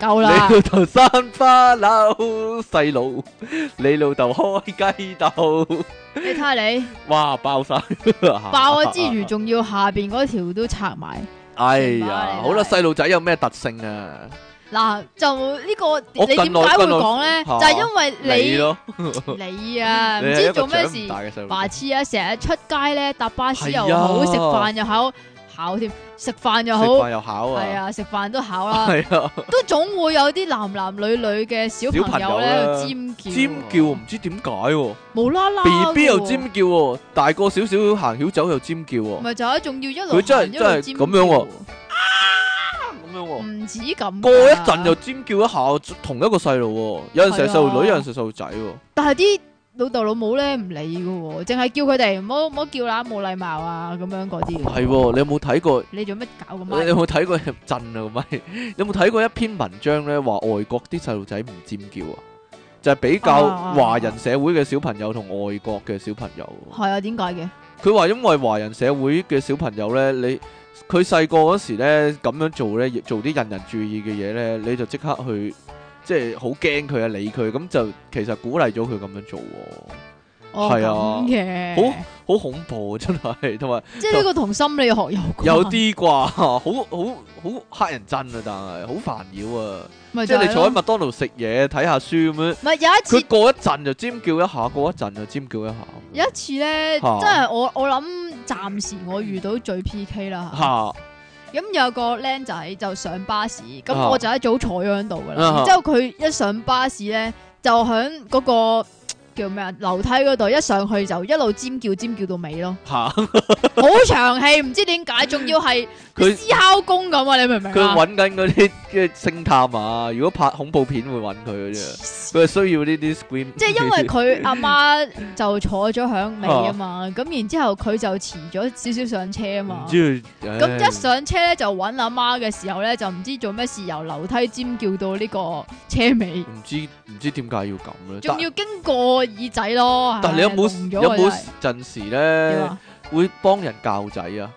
夠
你
啦，
老豆生花柳，細佬，你老豆開雞竇，
你睇下你
哇爆晒，
爆咗之餘，仲要下邊嗰條都拆埋。
哎
全部啊
呀，
你
好啦，
都係
細路仔有咩特性啊？
嗱，就呢個
我
你點解
近來
會
近來
講咧？
嚇
就係因為
你咯，
你你啊，唔
你係一
知
個
做咩
長唔
事
大嘅細路仔，
白痴啊！成日出街咧，搭巴士又
係啊
好，食飯又好，考添食飯又
食
好
飯，又考啊，
係，啊，食飯都考啦，
係啊。
都總會有啲男男女女嘅小朋友咧
小朋友啦
尖叫，
尖叫唔知點解喎
無啦啦
，B B 又
喎
尖，叫喎，大個少少行曉走又尖叫喎，
咪就係仲要一路
佢真係
行一路
真係
尖
咁樣喎
叫
咁樣喎，
唔止咁㗎。
過一陣又尖叫一下，同一個細路喎，有陣時係細路女，
係啊
有陣時係細路仔喎，
但係啲老豆老母咧唔理嘅喎，淨係叫佢哋唔好唔好叫啦，冇禮貌啊咁樣嗰啲。
係，喎，你有冇睇過？
你做乜搞咁
你你
啊？
有冇睇過震啊個咪？你有冇睇過一篇文章咧，話外國啲細路仔唔尖叫啊？就係比較
啊
華人社會嘅小朋友同外國嘅小朋友喎。
係啊，點解嘅？
佢話因為華人社會嘅小朋友呢，你佢細個嗰時呢咁樣做呢，亦做啲引人注意嘅嘢呢，你就即刻去即係好驚佢啊，理佢，咁就其實鼓勵咗佢咁樣做喎，
哦，
係啊
咁嘅，
好好恐怖啊真係，同埋
即係呢個同心理學有關。
有啲啩，好好好乞人憎啊，但係好煩擾啊，
咪
即
就
係
係
你坐喺麥
咯
當勞食嘢睇下書咁樣，
唔係有一
佢
次，
過一陣就尖叫一下，過一陣就尖叫一下，
有一次咧，真
嚇
係我我諗暫時我遇到最 P K 啦。
嚇
咁有個僆仔就上巴士，咁
啊
我就一早坐咗喺度噶
啊
啦。然之後佢一上巴士咧，就喺嗰個叫咩啊樓梯嗰度，一上去就一路尖叫尖叫到尾咯。
嚇，
好長氣，唔知點解，仲要係
佢
思考功咁啊！你明唔明
佢
啊？
揾緊嗰啲嘅星探啊！如果拍恐怖片會揾佢 嘅啫，佢係需要呢啲 scream。
即係 因為佢阿媽就坐咗響尾啊 嘛，咁然之後佢就遲咗少少上車啊
唔
嘛。
知佢
咁
唉
一上車咧就揾阿媽嘅時候咧，就唔知做咩事由樓梯尖叫到呢個車尾，
唔知唔知點解要咁咧？
仲
但
要經過耳仔咯。
但你有冇
唉
有
聾咗啊
冇陣時咧會幫人教仔啊？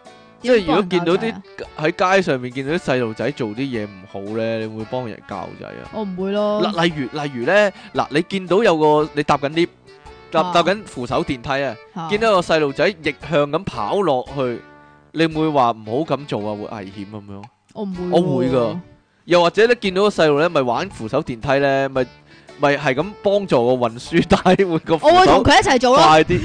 即
真
係
係點
如果
幫人
見到
教仔
啲
啊
喺街上面見到啲細路仔做啲嘢唔好咧，你會幫人教仔啊？
我唔會咯，
嗱，例如例如咧，嗱，你見到有個你搭緊 lift，搭
啊
搭緊扶手電梯啊。
嚇
見到個細路仔逆向咁跑落去，你會話唔好咁做啊，會危險咁樣。
我唔會喎，
我會㗎又或者咧，見到個細路咧，咪玩扶手電梯咧，咪咪係咁幫助個運輸帶，會個扶
我會同
手
佢一齊做咯。
快啲。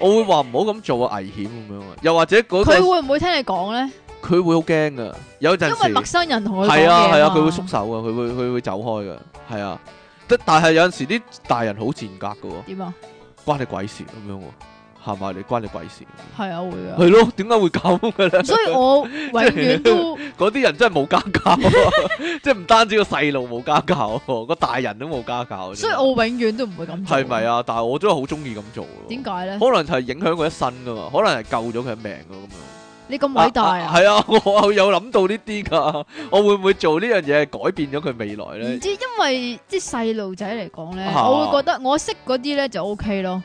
我會話唔好咁做啊，危險咁樣啊。又或者嗰、
佢
個
會唔會聽你講咧？
佢會好驚噶，有陣
因為陌
時
生人同佢講
係啊係
嘢
啊，
嘛
佢會縮手啊，佢會佢會走開噶，係啊。但但係有陣時啲大人好賤格噶喎，
點啊？
關你鬼事咁樣喎，係咪？你關你鬼事？
系啊會噶。
係咯，點解會咁嘅咧？
所以我永 遠都
嗰啲人真係冇家教啊， 即係唔單止個細路冇家教喎，個大人都冇家教。
所以我永遠都唔會咁做。
係咪？啊？但係我都係好中意咁做喎。
點解咧？
可能就係影響佢一生噶嘛，可能係救咗佢一命噶咁樣。
你咁偉大啊！
系啊， 我我有諗到呢啲㗎，我會唔會做呢樣嘢改變咗佢未來
唔
咧？
知，因為啲細路仔嚟講咧，
嚇
我會覺得我識嗰啲咧就 O K 咯。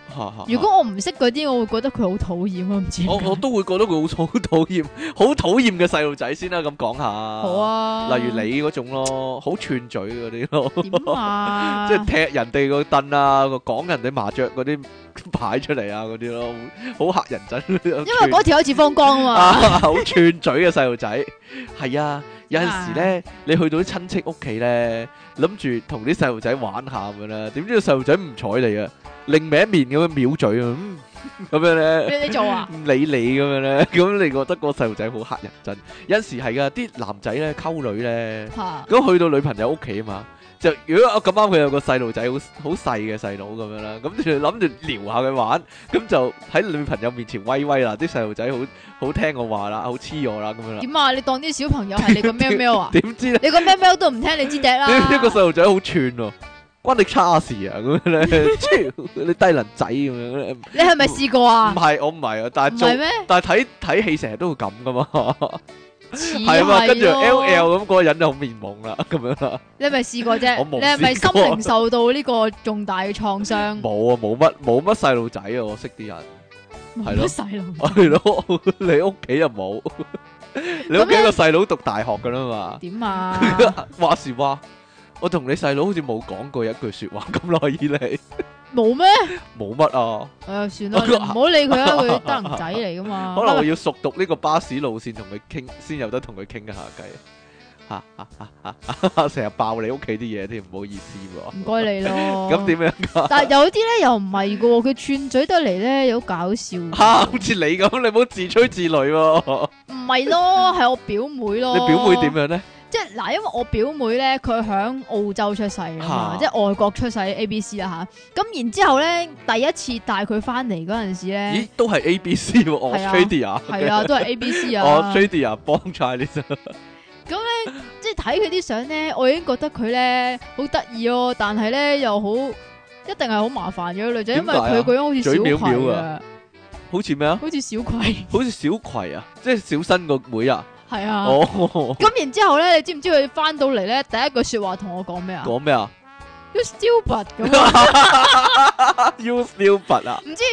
如果我唔識嗰啲，我會覺得佢好討厭啊！唔知點
我
解
我都會覺得佢好好討厭， 好討厭嘅細路仔先啦，咁講下。
好，啊。
例如你嗰種咯，好串嘴嗰啲咯，
點啊？
即係踢人哋個凳啊，講人哋麻雀嗰啲 牌出嚟啊，嗰啲咯，好好嚇人憎。因
因 為嗰條好似方光啊嘛。
啊，好串嘴嘅細路仔，係啊，有陣時咧，你去到啲親戚屋企咧，諗住同啲細路仔玩下咁樣啦，點知個細路仔唔睬你啊，另一面咁樣藐嘴啊，嗯 咁樣咧，
你你 做啊？
唔理你咁樣咧，咁你覺得個細路仔好乞人憎？有陣時係噶，啲男仔咧溝女咧，
嚇
咁啊去到女朋友屋企啊嘛。就如果我咁啱佢有個細路仔好好細嘅細佬咁樣啦，咁就諗住撩下佢玩，咁就喺女朋友面前威威啦，啲細路仔好好聽我話啦，好黐我啦咁樣啦。
點啊？你當啲小朋友係你個喵喵 啊？
點知咧？
你個喵喵都唔聽，你知笛啦。
點 知個細路仔好串喎，關你叉事啊咁樣 咧，超你低能仔咁樣咧。
你係咪試過
唔
啊？
係我唔係啊，但
唔
係做
係咩？
但係睇睇戲成日都會咁噶嘛，
似
係啊嘛，跟住
咯
L L 咁嗰個人就好面懵啦，咁樣啦。
你係咪試過 啫？
我冇
你係咪
試
心
過
靈受到呢個重大嘅創 傷？
冇啊，冇乜冇乜細路仔啊，我識啲人。係咯
冇乜細路。
係咯，你屋企又冇，你屋企個細佬讀大學噶啦嘛。
點啊？
話時話，我同你細佬好似冇講過一句说話咁耐以嚟，
冇咩？
冇乜啊。
诶，算啦，你唔好理 佢啦，佢得人仔嚟噶嘛。
可能我要熟讀呢個巴士路線同佢傾，先有得同佢傾一下偈。哈哈哈哈哈成日爆你屋企啲嘢添，唔好意思喎。
唔該你咯。
咁？點樣 啊㗎？
但系有啲咧又唔係噶喎，佢串嘴得嚟咧又好搞笑。
吓，好似你咁，你唔好自吹自擂喎。
唔係 咯，係我表妹咯。
你表妹點？啊樣咧？
即係嗱，因為我表妹咧，佢喺澳洲出世啊嘛
嚇，
即係外國出世 A B C 啦吓。咁然之后咧，第一次帶佢翻嚟嗰陣時咧
咦，，都係 A B C 喎
係啊
，Australia
係啊，都係 A B C
哦
啊。
，Australia 幫 Chinese 啊
即係睇佢啲相咧，我已經覺得佢咧好得意咯，但係咧又好一定係好麻煩嘅女仔，
點
因為
解啊
佢個樣好似
嘴藐
小
藐
葵
啊
啊，
好似咩啊？
好似小葵
好似小葵啊，即係小新個妹啊。
係啊。
哦，
咁然之後咧，你知唔知佢翻到嚟咧第一句说話同我講咩啊
講咩啊
？You stupid 咁啊，
？You stupid 啊！
唔知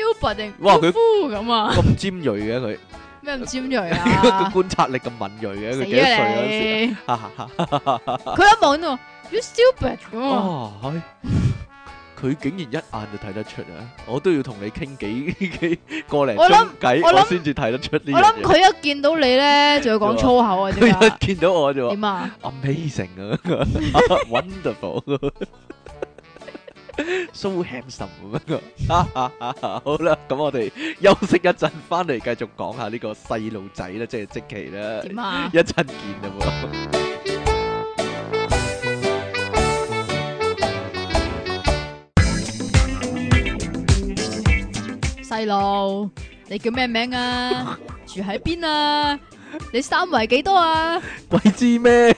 you stupid 定
哇佢
you fool 咁啊？
咁尖鋭嘅佢。
咩咁尖锐
個
啊？
觀察力咁敏鋭嘅，
死
佢
啊
幾多歲嗰陣時？
你！
哈哈哈
佢一望到我 you stupid 咁啊，
哦，係佢竟然一眼就睇得出啊！我都要同你傾幾 幾個零
我
鐘
諗我
偈，
諗
我先至睇得出呢
我諗
樣嘢。
佢一見到你咧就要講粗口啊， 點
佢
啊
一？見到我就話
點啊？
amazing 啊，wonderful 。So handsome 咁樣啊！好啦，咁我哋休息一陣，翻嚟繼續講下呢個細路仔啦，即係即期啦。
點啊？
一陣見啦喎。
细路，你叫咩名啊？住喺边啊？你三围几多啊？
鬼知咩？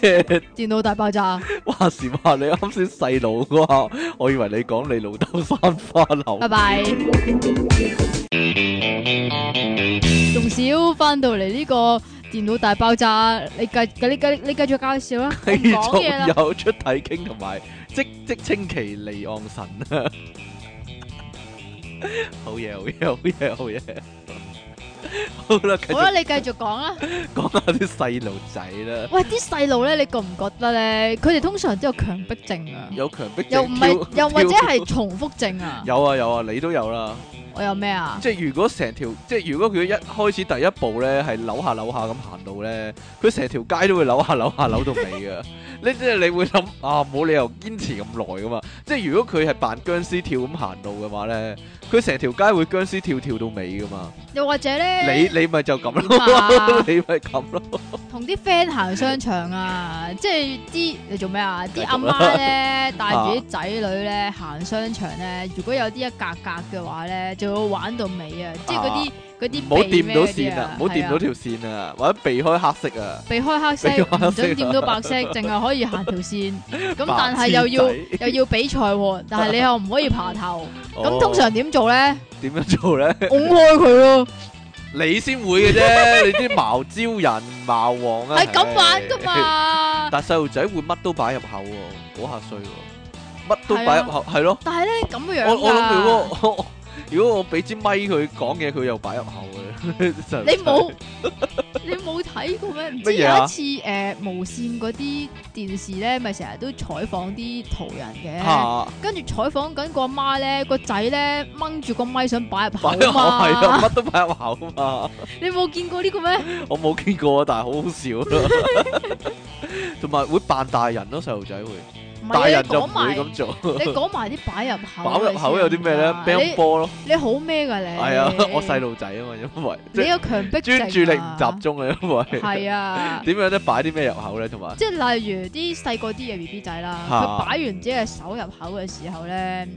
电脑大爆炸，
話時話你啱先細佬嗰下，我以為你講你老豆三花柳
拜。拜。仲少翻到嚟呢个电脑大爆炸，你继你继你继续介 绍啦，我唔
繼
講嘢啦
續。有出體傾同埋即即清奇離岸神啊！ 好嘢，好嘢，好嘢，好嘢！好啦，繼
好啦，
續
你继续讲啦。
講下啲細路仔啦，
喂，啲细路咧，你觉唔觉得咧？佢哋通常都有强迫症啊，
有強迫症
又唔系
挑，
又或者
挑
系重复症啊？
有啊有啊，你都有啦。
我有咩啊？
即係如果成條，即係如果佢一開始第一步咧係扭下扭下咁行路咧，佢成條街都會扭下扭下扭到尾 噶。你即係你會諗啊，冇理由堅持咁耐噶嘛。即係如果佢係扮僵屍跳咁行路嘅話咧，佢成條街會僵屍跳跳到尾噶嘛。
又或者
你
咧，
你咪就咁
點 啊
咯， 你咪咁咯。
同啲 friend 行商 場啊，即係啲你做咩啊？啲
繼
阿
續啦
媽 咧帶住啲仔女咧行商場咧，如果有啲一格格嘅話咧，就會玩到尾啊！即係嗰啲嗰啲
唔好
避
掂
咩
到
嗰啲
線啊，唔好
係
掂
啊
到條線啊，或者避開黑色啊。
避開黑 色，
避開黑
唔
色
准掂到白色，淨係可以行條 線。咁但係
白痴
又要
仔
又要比賽 喎，但係你又唔可以爬頭。咁通
哦
常 點做咧？
點樣做咧？
拱開佢咯，
你先會嘅 啫，你啲茅招人、茅王啊，
係咁玩噶
係。
嘛。
但細路仔會乜都擺入口喎，嗰下衰喎，乜都擺入口，係咯。
但係咧咁嘅樣
我我諗如
㗎
果我如果我俾支咪佢講嘢，佢又擺入口嘅。 細路仔
你冇 你冇睇過咩？唔知
乜嘢
有
啊
一次誒、呃、無線嗰啲電視咧，咪成日都採訪啲途人嘅，
嚇
跟住採訪緊個阿媽咧，個仔咧掹住個咪想擺入口
擺入口係啊，
嘛，
乜都擺入口嘛。
你冇見過呢個咩？
我冇見過啊，但係好好笑咯。同埋會扮大人咯，細路仔會，
唔係
大
啊
人
你
就
講
唔會
埋
咁做。
你講埋啲擺入口
擺入口有啲咩咧？乒
嘅先啊
乓波咯，
你你好咩㗎你？
係啊，我細，路仔啊嘛，因為
你
即
有強迫
係專注力唔集
中，
中啊，因為
係啊。
點樣咧？擺啲咩入口咧？同埋
即係例如啲細個啲嘅 B B 仔啦，
嚇
佢擺完自己嘅手入口嘅時候咧，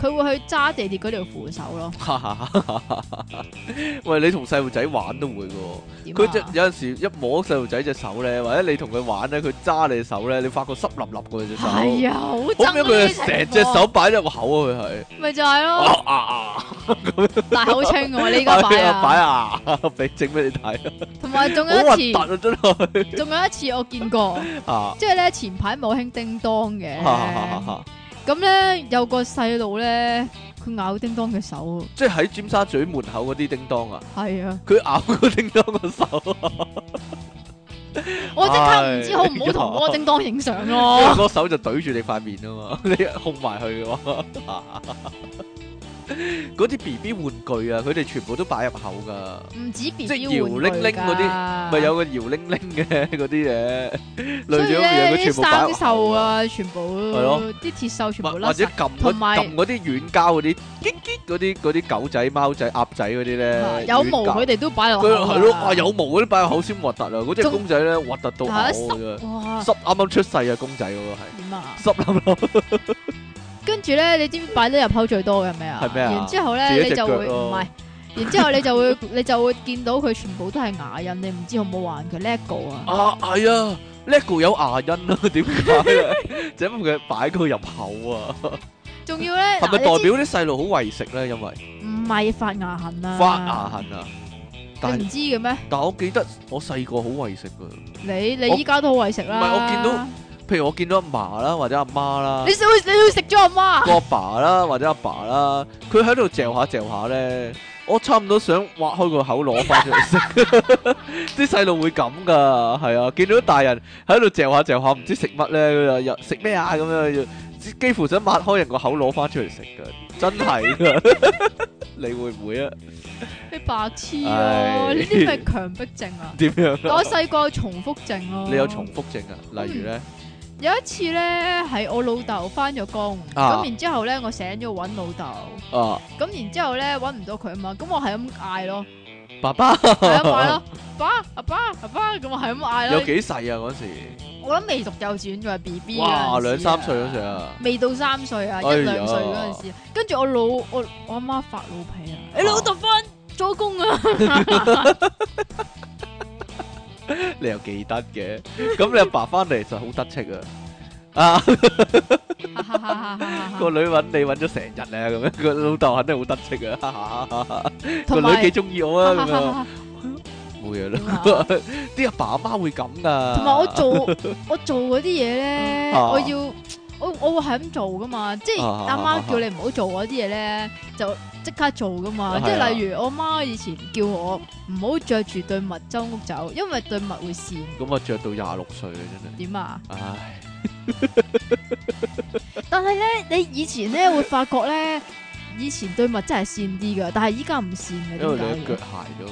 佢會去揸地鐵嗰條扶手咯。
喂，你同細路仔玩都會嘅喎。
點
佢隻
啊？
有陣時一摸細路仔隻手咧，或者你同佢玩咧，佢揸你手咧，你發覺濕立立嘅隻手。
係啊，好
好
憎
唔
呢
好
啲
佢成
情
隻
況
手擺入個口啊！佢係
咪就係咯，
啊啊啊！
大口清嘅喎，你 而家擺
係啊擺
啊，
啊， 俾整俾你睇，
同埋仲
好核
有一次，
突啊！真係
仲有一次我見過，
啊
即係咧前排冇興叮當 嘅，
啊，
咁咧有個細路咧，佢咬叮當嘅手，
即係喺尖沙咀門口嗰啲叮當啊，
係啊，
佢咬個叮當個手啊，
我即刻唔知好唔好同
哎
嗰
呀
個叮當影相
因為
咯，
個手就懟住你塊面啊嘛， 你控埋佢嘅嘛。啊 嗰啲 B B 玩具啊，佢哋全部都擺入口㗎。
唔止 B
即係
B
搖鈴鈴嗰
啲
咪有個搖鈴鈴嘅嗰啲嘢，類
所以
似咁樣，佢
咧啲
全部擺
生
入
手
口，
啊，全部
係咯
啲鐵鏽全
或
部
或
甩
者
晒，
撳嗰
同埋
撳嗰啲軟膠嗰啲，激激嗰啲嗰啲狗仔、貓仔、鴨仔嗰啲咧，
有毛佢
軟膠
哋都擺落口
佢係咯，
啊
哇有毛嗰啲擺入口先核突啊！嗰只
仲
公仔咧核突到
係啊
嘔㗎，
哇
濕啱啱出世嘅公仔嗰個係
點啊？
濕冧冧，
跟住咧，你知唔知擺得入口最多嘅係咩啊？
係咩啊
然之後
自己
咧，
隻
你就會
腳咯
唔係，然之後你就會 你就會見到佢全部都係牙印，你唔知好唔好玩佢 lego 啊？
啊係啊！呢個有牙印啊， 點解啊？就因為佢擺佢入口啊，
仲要咧，
係咪
嗱
代表
你知
啲細路好為食咧？因為
唔係發牙痕啊？嗯
發牙，痕啊，但係
你唔知嘅咩？
但我記得我細個好為食噶，
你
我
你依家都好餵食啦。
唔係我見到譬如我見到阿嫲啦，或者阿媽啦
你，會你會食咗阿媽
個阿爸啦，或者阿爸啦，佢喺度嚼下嚼下咧，我差唔多想挖開個口攞翻出嚟食。 啲細路會咁噶，係啊，見到大人喺度嚼下嚼下，唔知食乜咧，佢就又食咩啊咁樣，幾乎想挖開人個口攞翻出嚟食噶，真係 噶。你會唔會啊？
你白痴
唉！
咯！呢啲咪強迫症啊
點 樣啊？
我細個有重複症咯。
你有重複症啊？例如咧，
有一次咧，係我老豆翻咗工，
啊
咁然之後咧，我醒咗揾老豆。
啊，
咁然之後咧揾唔到佢啊嘛，咁我係咁 嗌咯，
爸爸
係咁嗌咯，爸阿爸阿爸，咁我係咁嗌
有
咯。
幾細啊？嗰時？
我諗未讀幼稚園仲係 B B
哇，
兩
兩三歲嗰時，啊！
啊未到三歲啊，一
哎呀
兩歲嗰陣時，啊跟住我老我我阿媽發老脾啊，你老豆翻咗工啊，
你又記得嘅，咁你阿爸翻嚟就好得戚啊！啊，
哈哈哈哈哈
個
哈
女揾你揾咗成日啊，咁樣個老豆肯定好得戚 啊！個
同
女
埋
幾中意我啊，咁樣
哈
冇嘢
點
啦。
啊
啲阿爸阿媽會咁噶，
同埋我做我做嗰啲嘢咧，
啊
我要我我會係咁做噶嘛，即係
啊
阿媽叫你唔好做嗰啲嘢咧，就即刻做噶
係
嘛。
啊
即係例如我媽以前叫我唔好着住對襪周屋走，因為對襪會跣。
咁啊，着到廿六歲啊，真係，
點啊？
唉，
但係咧，你以前咧會發覺咧，以前對襪真係跣啲噶，但係依家唔跣嘅，
因為你
點
腳
解？
鞋咗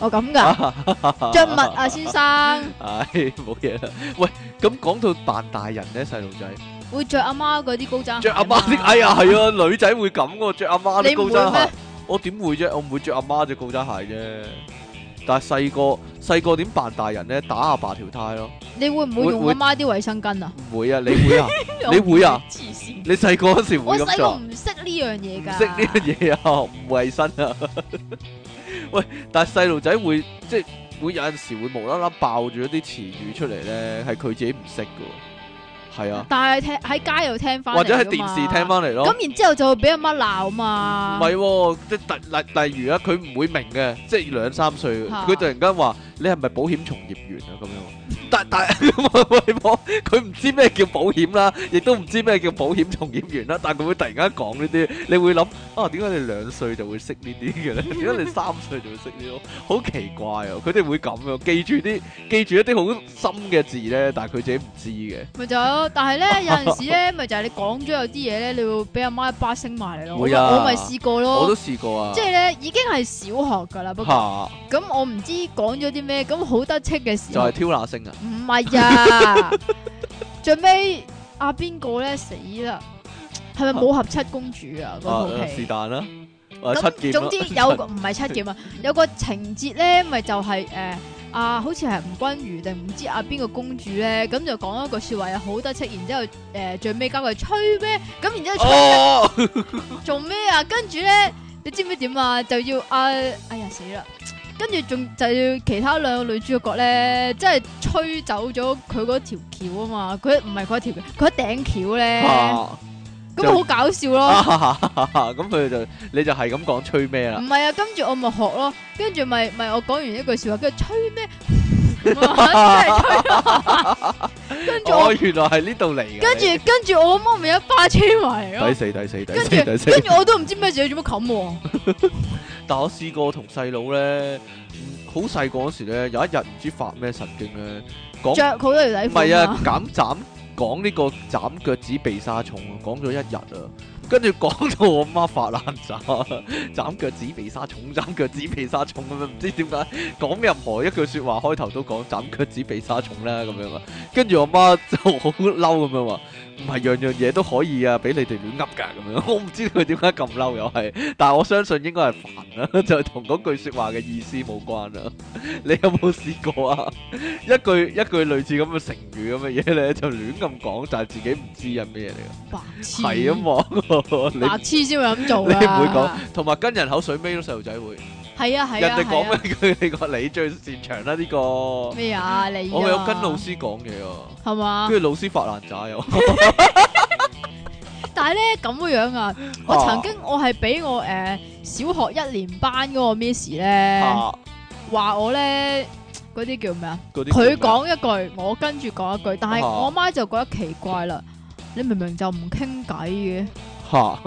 我咁噶，
嘛，
着襪啊，先生。
唉，冇嘢啦。喂，咁講到扮大人咧，細路仔，
會着阿媽嗰啲高踭鞋
着
啊
阿
嘛
媽啲，哎呀，係啊，女仔會咁喎，着阿媽
你
啲
唔會
高踭鞋
咩。
我點會啫？我唔會着阿媽只高踭鞋啫。但係細個細個點扮大人咧？打阿爸條呔咯。
你會唔會用
會
阿媽啲衛生巾啊？
唔會啊，你會啊？ 你會啊？
黐線！
你細個嗰時
我
會咁做
細個
啊？
唔識呢樣嘢
唔
㗎，
識呢樣嘢啊，唔衞生啊！ 喂，但係細路仔會即係會有陣時會無啦啦爆住一啲詞語出嚟咧，係佢自己唔識嘅喎。係啊，
但係聽喺街又聽翻，
或者喺電視聽翻。嚟咯。
咁然之後就會俾阿媽鬧
唔
嘛。
係喎，即係例例例如啊，佢唔會明嘅，即係兩三歲，
嚇
佢突然間話你係咪保險從業員啊咁樣？但 但佢唔知咩叫保險啦，亦都唔知咩叫保險從業員啦，但佢會突然間講呢啲，你會諗啊點解你兩歲就會識呢啲嘅咧？點解你三歲就會識呢啲？好奇怪啊！佢哋會咁樣記住啲記住一啲好深嘅字咧，但係佢自己唔知嘅。
咪就有，但 係咧有陣時咧，咪就係你講咗有啲嘢咧，你會俾阿媽一巴升埋嚟咯。我
會啊
我咪試過
我都
咯，
試過啊
即，係咧已經係小學㗎啦。不過
嚇
咁我唔知講咗啲咩，咁好得戚嘅時
就
候
係，挑那星啊！
唔 係啊，最尾阿邊個咧死啦？係咪武俠七公主啊？嗰套
啊是
戲。
但啦，或者啊七
咁
劍
總
啦
之有個唔係七劍啊，有個情節咧，咪就係、誒、啊，好似係吳君如定唔知啊邊個公主咧，咁就講一句説話又好得戚，然之後誒、最尾交佢吹咩？咁然之後吹咩
哦，
做咩啊？跟住咧，你知唔知點啊？就要啊，哎呀死啦！跟住仲就要其他兩個女主角咧，即係吹走咗佢嗰條橋啊嘛！佢唔係嗰條橋，佢頂橋咧，
啊
咁咪好搞笑咯〜
咁佢就你就係咁講吹咩啦
唔？係啊，跟住我咪學咯，跟住咪咪我講完一句笑話，跟住吹 咩？咁啊真係吹咯，跟住
哦，
我
原來係呢度嚟嘅。
跟住跟住我阿媽咪一巴車埋
抵
嚟咯，
死抵死抵
跟
死
住
抵死哦
跟！住我都唔知咩自己做乜冚喎，
但我試過同細佬咧，嗯好細個嗰時咧，有一日唔知發咩神經咧，講
着好多條底
唔係
褲
啊
嘛，，
減斬講呢個斬腳趾避沙蟲啊，講咗一日啊，跟住講到我媽發爛渣，斬腳趾避沙蟲，斬腳趾避沙蟲咁樣，唔知點解講任何一句説話開頭都講斬腳趾避沙蟲啦咁樣啊，跟住我媽就好嬲咁樣話。唔係樣樣嘢都可以啊，俾你哋亂噏㗎咁樣，我唔知佢點解咁嬲又係，但係我相信應該係煩啦，就係同嗰句説話嘅意思冇關啦。你有冇試過啊？一句一句類似咁嘅成語咁嘅嘢咧，就亂咁講，但係自己唔知係咩嘢嚟
白痴，
嘅，係啊 嘛，你
白痴先會咁做
你唔
啊，
會講，同埋跟人口水尾都細路仔會，
係啊係啊，
人哋講
係啊
咩佢你講你最擅長啦呢個，我
咩啊你啊，
有跟老師講嘢啊，
係嘛？
跟住老師發爛渣又，
但係咧咁嘅樣啊， 我曾經我係俾我誒小學一年班嗰個 miss 咧。
啊
話我咧嗰啲叫咩啊？
嗰啲
佢
叫咩
講一句，我跟住講一句，但係
啊
我媽就覺得奇怪啦。你明明就唔傾偈嘅，
嚇啊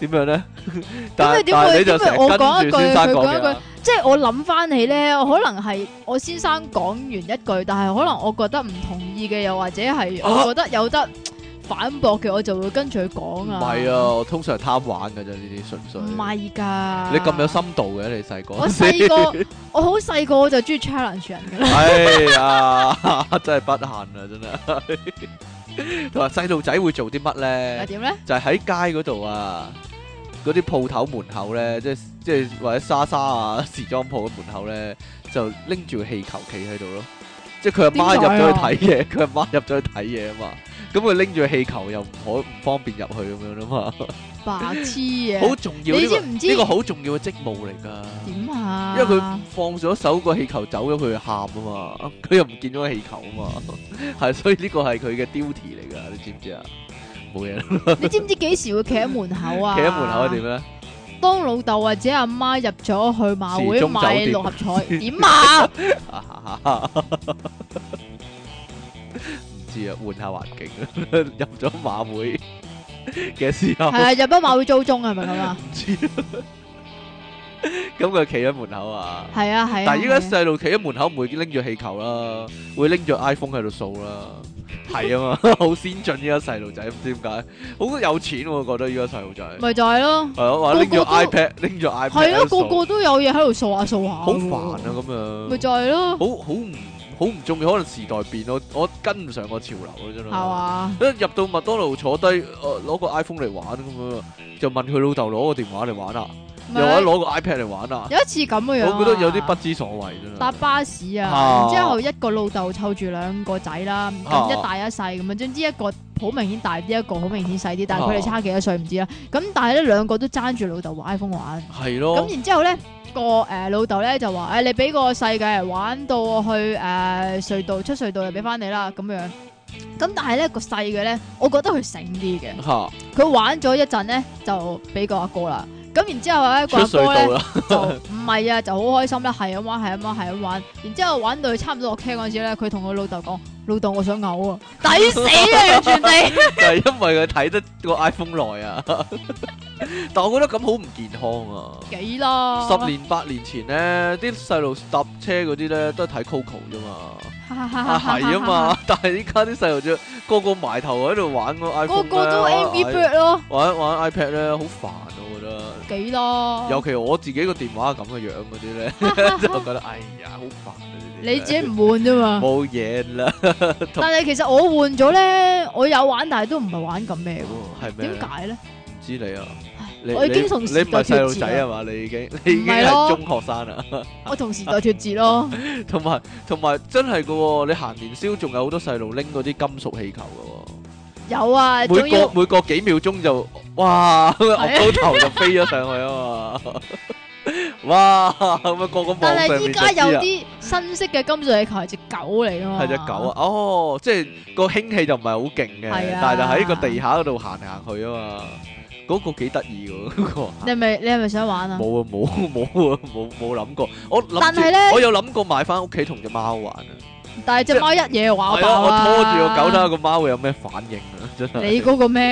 點樣咧？
咁
但
你
係
點
但係
會
你就
點
成
會
日
我講
跟
一
住
句
先生
佢
講
講一
嘢
句
啊，
即係我諗翻起咧，我可能係我先生講完一句，但係可能我覺得唔同意嘅，又或者係
啊
我覺得有得反駁嘅，我就會跟住佢講
唔
啊。
係啊，，我通常係貪玩㗎啫，呢啲純粹。
唔係㗎。
你咁有深度嘅你細個，
我細個，我好細個我就中意 challenge 人㗎啦。
哎呀， 真係不幸啊，真係。 同埋細路仔會做啲乜
係
咧？
點咧？
就係喺街嗰度啊，嗰啲鋪頭門口咧，即係即係或者莎莎啊時裝鋪嘅門口咧，就拎住個氣球企喺度咯。即係佢阿媽入
啊
咗去睇嘢， 佢阿媽入咗去睇嘢啊嘛。咁佢拎住個氣球又唔可唔方便入去咁樣啊嘛。
白痴嘢。
好重要呢個
啊你知唔知
呢個好重要嘅職務嚟㗎。
點啊？
因為佢放咗手個氣球走咗，佢就喊啊嘛， 佢又唔見咗個氣球啊嘛， 係所以呢個係佢嘅 duty 嚟噶，你知唔知啊？冇 嘢啦，
你知唔知幾時會企喺門口啊？
企喺門口係點？咧？
當老豆或者阿媽入咗去馬會
時鐘酒
買
店
六合彩，點 啊？
唔知啊，換下環境 啦，入咗馬會 嘅時候
係，啊，入咗馬會租中係咪咁啊？
唔知啊 咁佢企喺門口啊。
係啊係啊。
但係依家
係啊
細路企喺門口唔會拎住氣球啦，會拎住 iPhone 喺度掃啦，係啊嘛， 好先進依家細路仔，唔知點解好有錢喎，覺得依家細路仔
咪就係咯，
係啊，話
個
拎住
個都
iPad，拎住 iPad
係
喺
啊咯，
度掃
個個都有嘢喺度掃下掃下。
好煩啊咁樣
咪，就係咯，
好好唔好唔中意，可能時代變咯，我跟唔上個潮流咯，真
係
係。
嘛？
一入到麥當勞坐低，呃攞個 iPhone 嚟玩咁樣，就問佢老豆攞個電話嚟玩啊，又或者攞個 iPad 嚟玩啊，
有一次咁嘅樣啊，
我覺得有啲不知所謂真
搭
係。
巴士啊，
啊
然之後一個老豆湊住兩個仔啦，
啊
咁一大一細咁樣，總之一個好明顯大啲，一個好明顯細啲，但係佢哋
啊
差幾多歲唔知啦。咁但係咧兩個都爭住老豆玩 iPhone 玩，
係咯
咁，然之後咧個誒老豆咧就話：誒你俾個細嘅玩到我去誒隧道出隧道就俾翻你啦咁樣。咁但係咧個細嘅咧，我覺得佢醒啲嘅，
嚇
佢玩咗一陣咧就俾個阿哥啦。咁然之後咧個
出隧
阿哥咧
道。 啦，
就唔係啊，就好開心啦，係咁玩，係咁玩，係咁玩，然之後玩到佢差唔多落 K 嗰陣時咧，佢同佢老豆講：老豆，我想嘔啊，抵死啊，完全地，
就係因為佢睇得個 iPhone 耐啊。 但我覺得咁好唔健康啊！
幾啦，
十年八年前咧，啲細路搭車嗰啲咧都係睇 Coco 啫嘛，啊係啊嘛，，但係依家啲細路仔個個埋頭喺度玩個 iPhone
個個 都
咧
M V Bird 咯，
玩玩 iPad 咧，好煩啊我覺得。
幾啦，
尤其我自己個電話咁嘅樣嗰啲咧， 我覺得哎呀好煩啊！呢啲
你自己唔換啫嘛。
冇嘢 啦，
但係其實我換咗咧，我有玩，但係都唔係玩咁咩喎。
係咩
點
咧？
解咧？
唔知你啊，你
我已經同
你
時
你唔係
代
細
脱
路仔啊
節啦，
嘛？你已經你已經
唔係
係
咯
中學生啦。
我同時代脱節咯。
同埋同埋真係噶、喎，你行年宵仲有好多細路拎嗰啲金屬氣球噶、
有啊，
喎，
仲
每個
要
每個幾秒鐘就哇， 咁
啊
樣高頭就飛咗上去啊嘛， 哇咁啊個個
但
網上
係
面
依
就
家
知
有
啊，
啲新式嘅金屬氣球係隻狗嚟噶嘛？
係隻狗啊，哦，即係個氫氣就唔係好勁嘅，
係啊
但係就喺個地下嗰度行嚟行去啊嘛，嗰、個幾得意㗎嗰個。
你係咪你係咪想玩啊？
冇啊 冇冇啊冇冇諗過，我諗
但
住
係咧
我有諗過買翻屋企同只貓玩啊，
但係隻貓一嘢話
係啊，
爆
我
啦！
拖住個狗睇下個貓會有咩反應啊，真係。
你嗰個喵，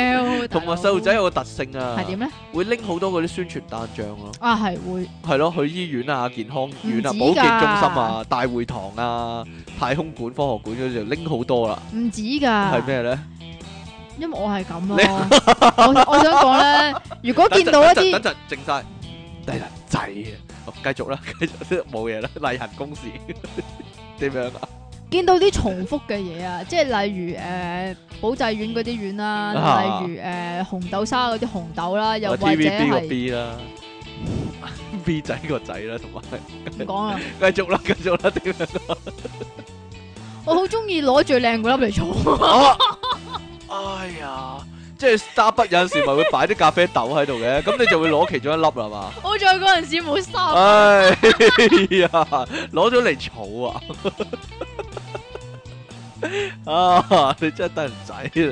同埋細路仔有個特性啊
係，點咧？
會拎好多嗰啲宣傳單張咯，
啊係會
係咯，去醫院啊、健康院啊、
唔止㗎
保健中心啊、大會堂啊、太空館、科學館嗰啲就拎好多啦。
唔止㗎，
係？咩咧？
因為我係咁 咯。我我想講咧，如果見到一
等陣
啲
等陣靜晒，低能仔啊！好繼續啦，繼續冇嘢啦，例行公事 點樣啊？
見到啲重複嘅嘢啊，即係例如誒保濟院嗰啲院啦
啊，
例如誒紅豆沙嗰啲紅豆啦，又
啊
或者
TVB 個
係
B 啦，B 仔個仔啦， 同埋
唔講啊，
繼續啦，繼續啦，點樣
我好中意攞最靚嗰粒嚟做。
啊？哎呀！即係 Starbucks 有陣時咪會擺啲咖啡豆喺度嘅，咁你就會攞其中一粒啦係嘛？
好在嗰陣時冇收，
唉呀，攞咗嚟儲 啊！啊，你真係得人仔你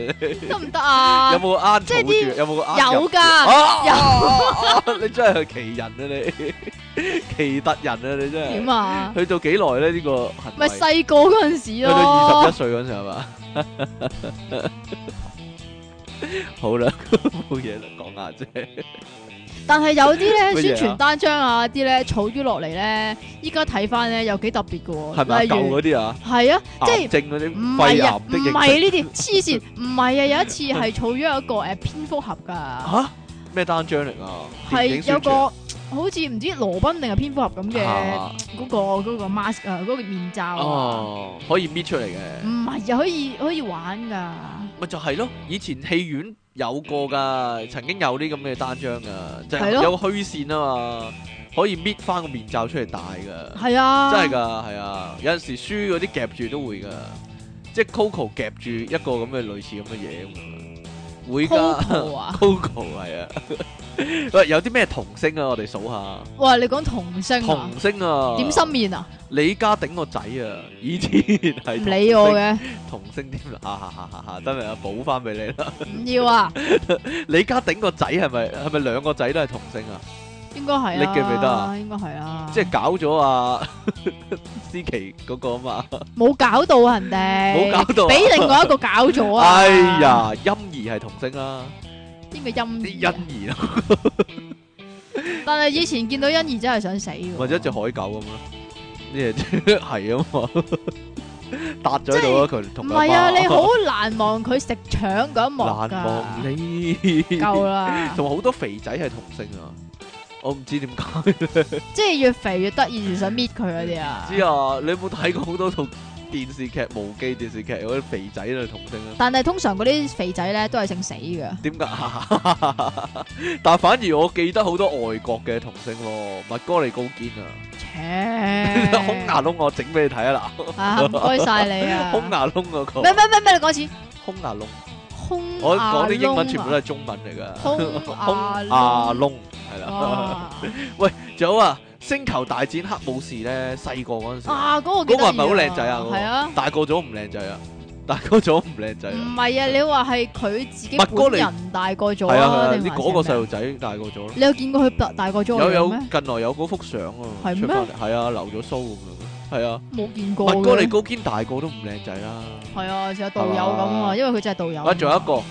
得唔得啊？
有冇啱
即係
儲
啲
住？有冇個啱入
有㗎，
啊
有
啊你真係奇人啊 你，奇特人啊你真
點
係。
啊？
去到幾耐咧？呢個行
咪
為
細個嗰陣時
去到二十
咯
一，歲嗰陣時係嘛？ 好啦，冇嘢啦，講下啫。
但係有啲
乜嘢啊
咧宣傳單張啊啲咧儲咗落嚟咧，依家睇翻咧有幾特別嘅
係咪啊
喎，例
舊
如
嗰啲啊？
係啊，即
癌
係
症嗰
唔
啲肺
係
癌
啊，唔
的認
係
識
呢啲黐線，唔係啊，有一次係儲咗一個誒蝙蝠俠㗎，
嚇咩單張嚟啊？電影
係有
宣傳
個好似唔知羅賓定係蝙蝠俠咁嘅
啊
嗰個嗰個 mask 啊，嗰個面罩啊，
哦，可以搣出嚟嘅。
唔係啊，可以可以玩㗎，
咪就係咯，以前戲院有過㗎，曾經有啲咁嘅單張㗎，就係
係咯
有個虛線啊嘛，可以搣翻個面罩出嚟戴㗎，
係啊，
真係㗎，係啊，有陣時書嗰啲夾住都會㗎，即係 Coco 夾住一個咁嘅類似咁嘅嘢咁樣，會㗎
Coco 啊，
，Coco 係啊， 喂，有啲咩童星啊？我哋數下，
哇，你講童星啊，
童星啊，
點心麵啊，
李家鼎個仔啊，以前係
唔理我嘅。
童星添啦， 哈哈哈哈哈，真係啊，補翻俾你啦。
唔要啊，
李家鼎個仔係咪係咪兩個仔都係童星啊？
應該係啊，
你記唔記得啊？
應該係啊，
即係搞咗啊思琪嗰個啊嘛，
冇搞到人哋，
冇搞到啊
俾另外一個搞咗啊！
哎，呀，欣兒係童星啦，
邊個欣
啲
兒啊？
欣兒啦，
但係以前見到欣兒真係想死㗎，
或者一隻海狗咁咯，呢隻 係啊嘛，搭咗喺度啊佢
唔
同佢
係啊？
阿媽
你 好難忘佢食腸嗰一幕㗎，
難忘你，
夠 啦，
同埋好多肥仔係童星啊，我唔知點 解。
即係越肥越得意，越想搣佢嗰啲啊！
知啊，你有冇睇過好多套電視劇無記電視劇嗰啲肥仔啊童星啊，
但係通常嗰啲肥仔咧都係姓死噶，
點解？ 但反而我記得好多外國嘅童星咯，麥哥利高堅啊，
切，
空牙窿我整俾你睇啊
啊，唔該晒你
嗱，
啊，
空牙窿嗰個
咩咩咩咩，你講一次，
空牙窿，
空
我
講
講啲英文
à?
全部都係中文嚟噶，
空
空
牙
牙窿係
Ờ。
啦。
哇
仲有啊，星球大戰黑武士咧，細個嗰陣時，
啊，嗰個
嗰
幾
個係
得意
咪好靚仔啊？嗰個
係啊。
大個咗唔靚仔啊， 大個咗唔靚仔
唔
啊，
係啊，你話係佢自己
麥哥
本
你
人大個咗
係啊
啊？
係啊，
定
你
還
嗰個
是咩
細路仔大個咗咯。
你有見過佢大大個
有
咗嘅
有
樣咩？
近來有嗰幅相啊，
係
出
咩
翻嚟係啊，留咗須咁樣，係啊，
冇見過嘅。
麥哥你高堅大個都唔靚仔啦。
係啊，似有導遊咁
係嘛
啊，因為佢就係導遊。
啊，仲有一個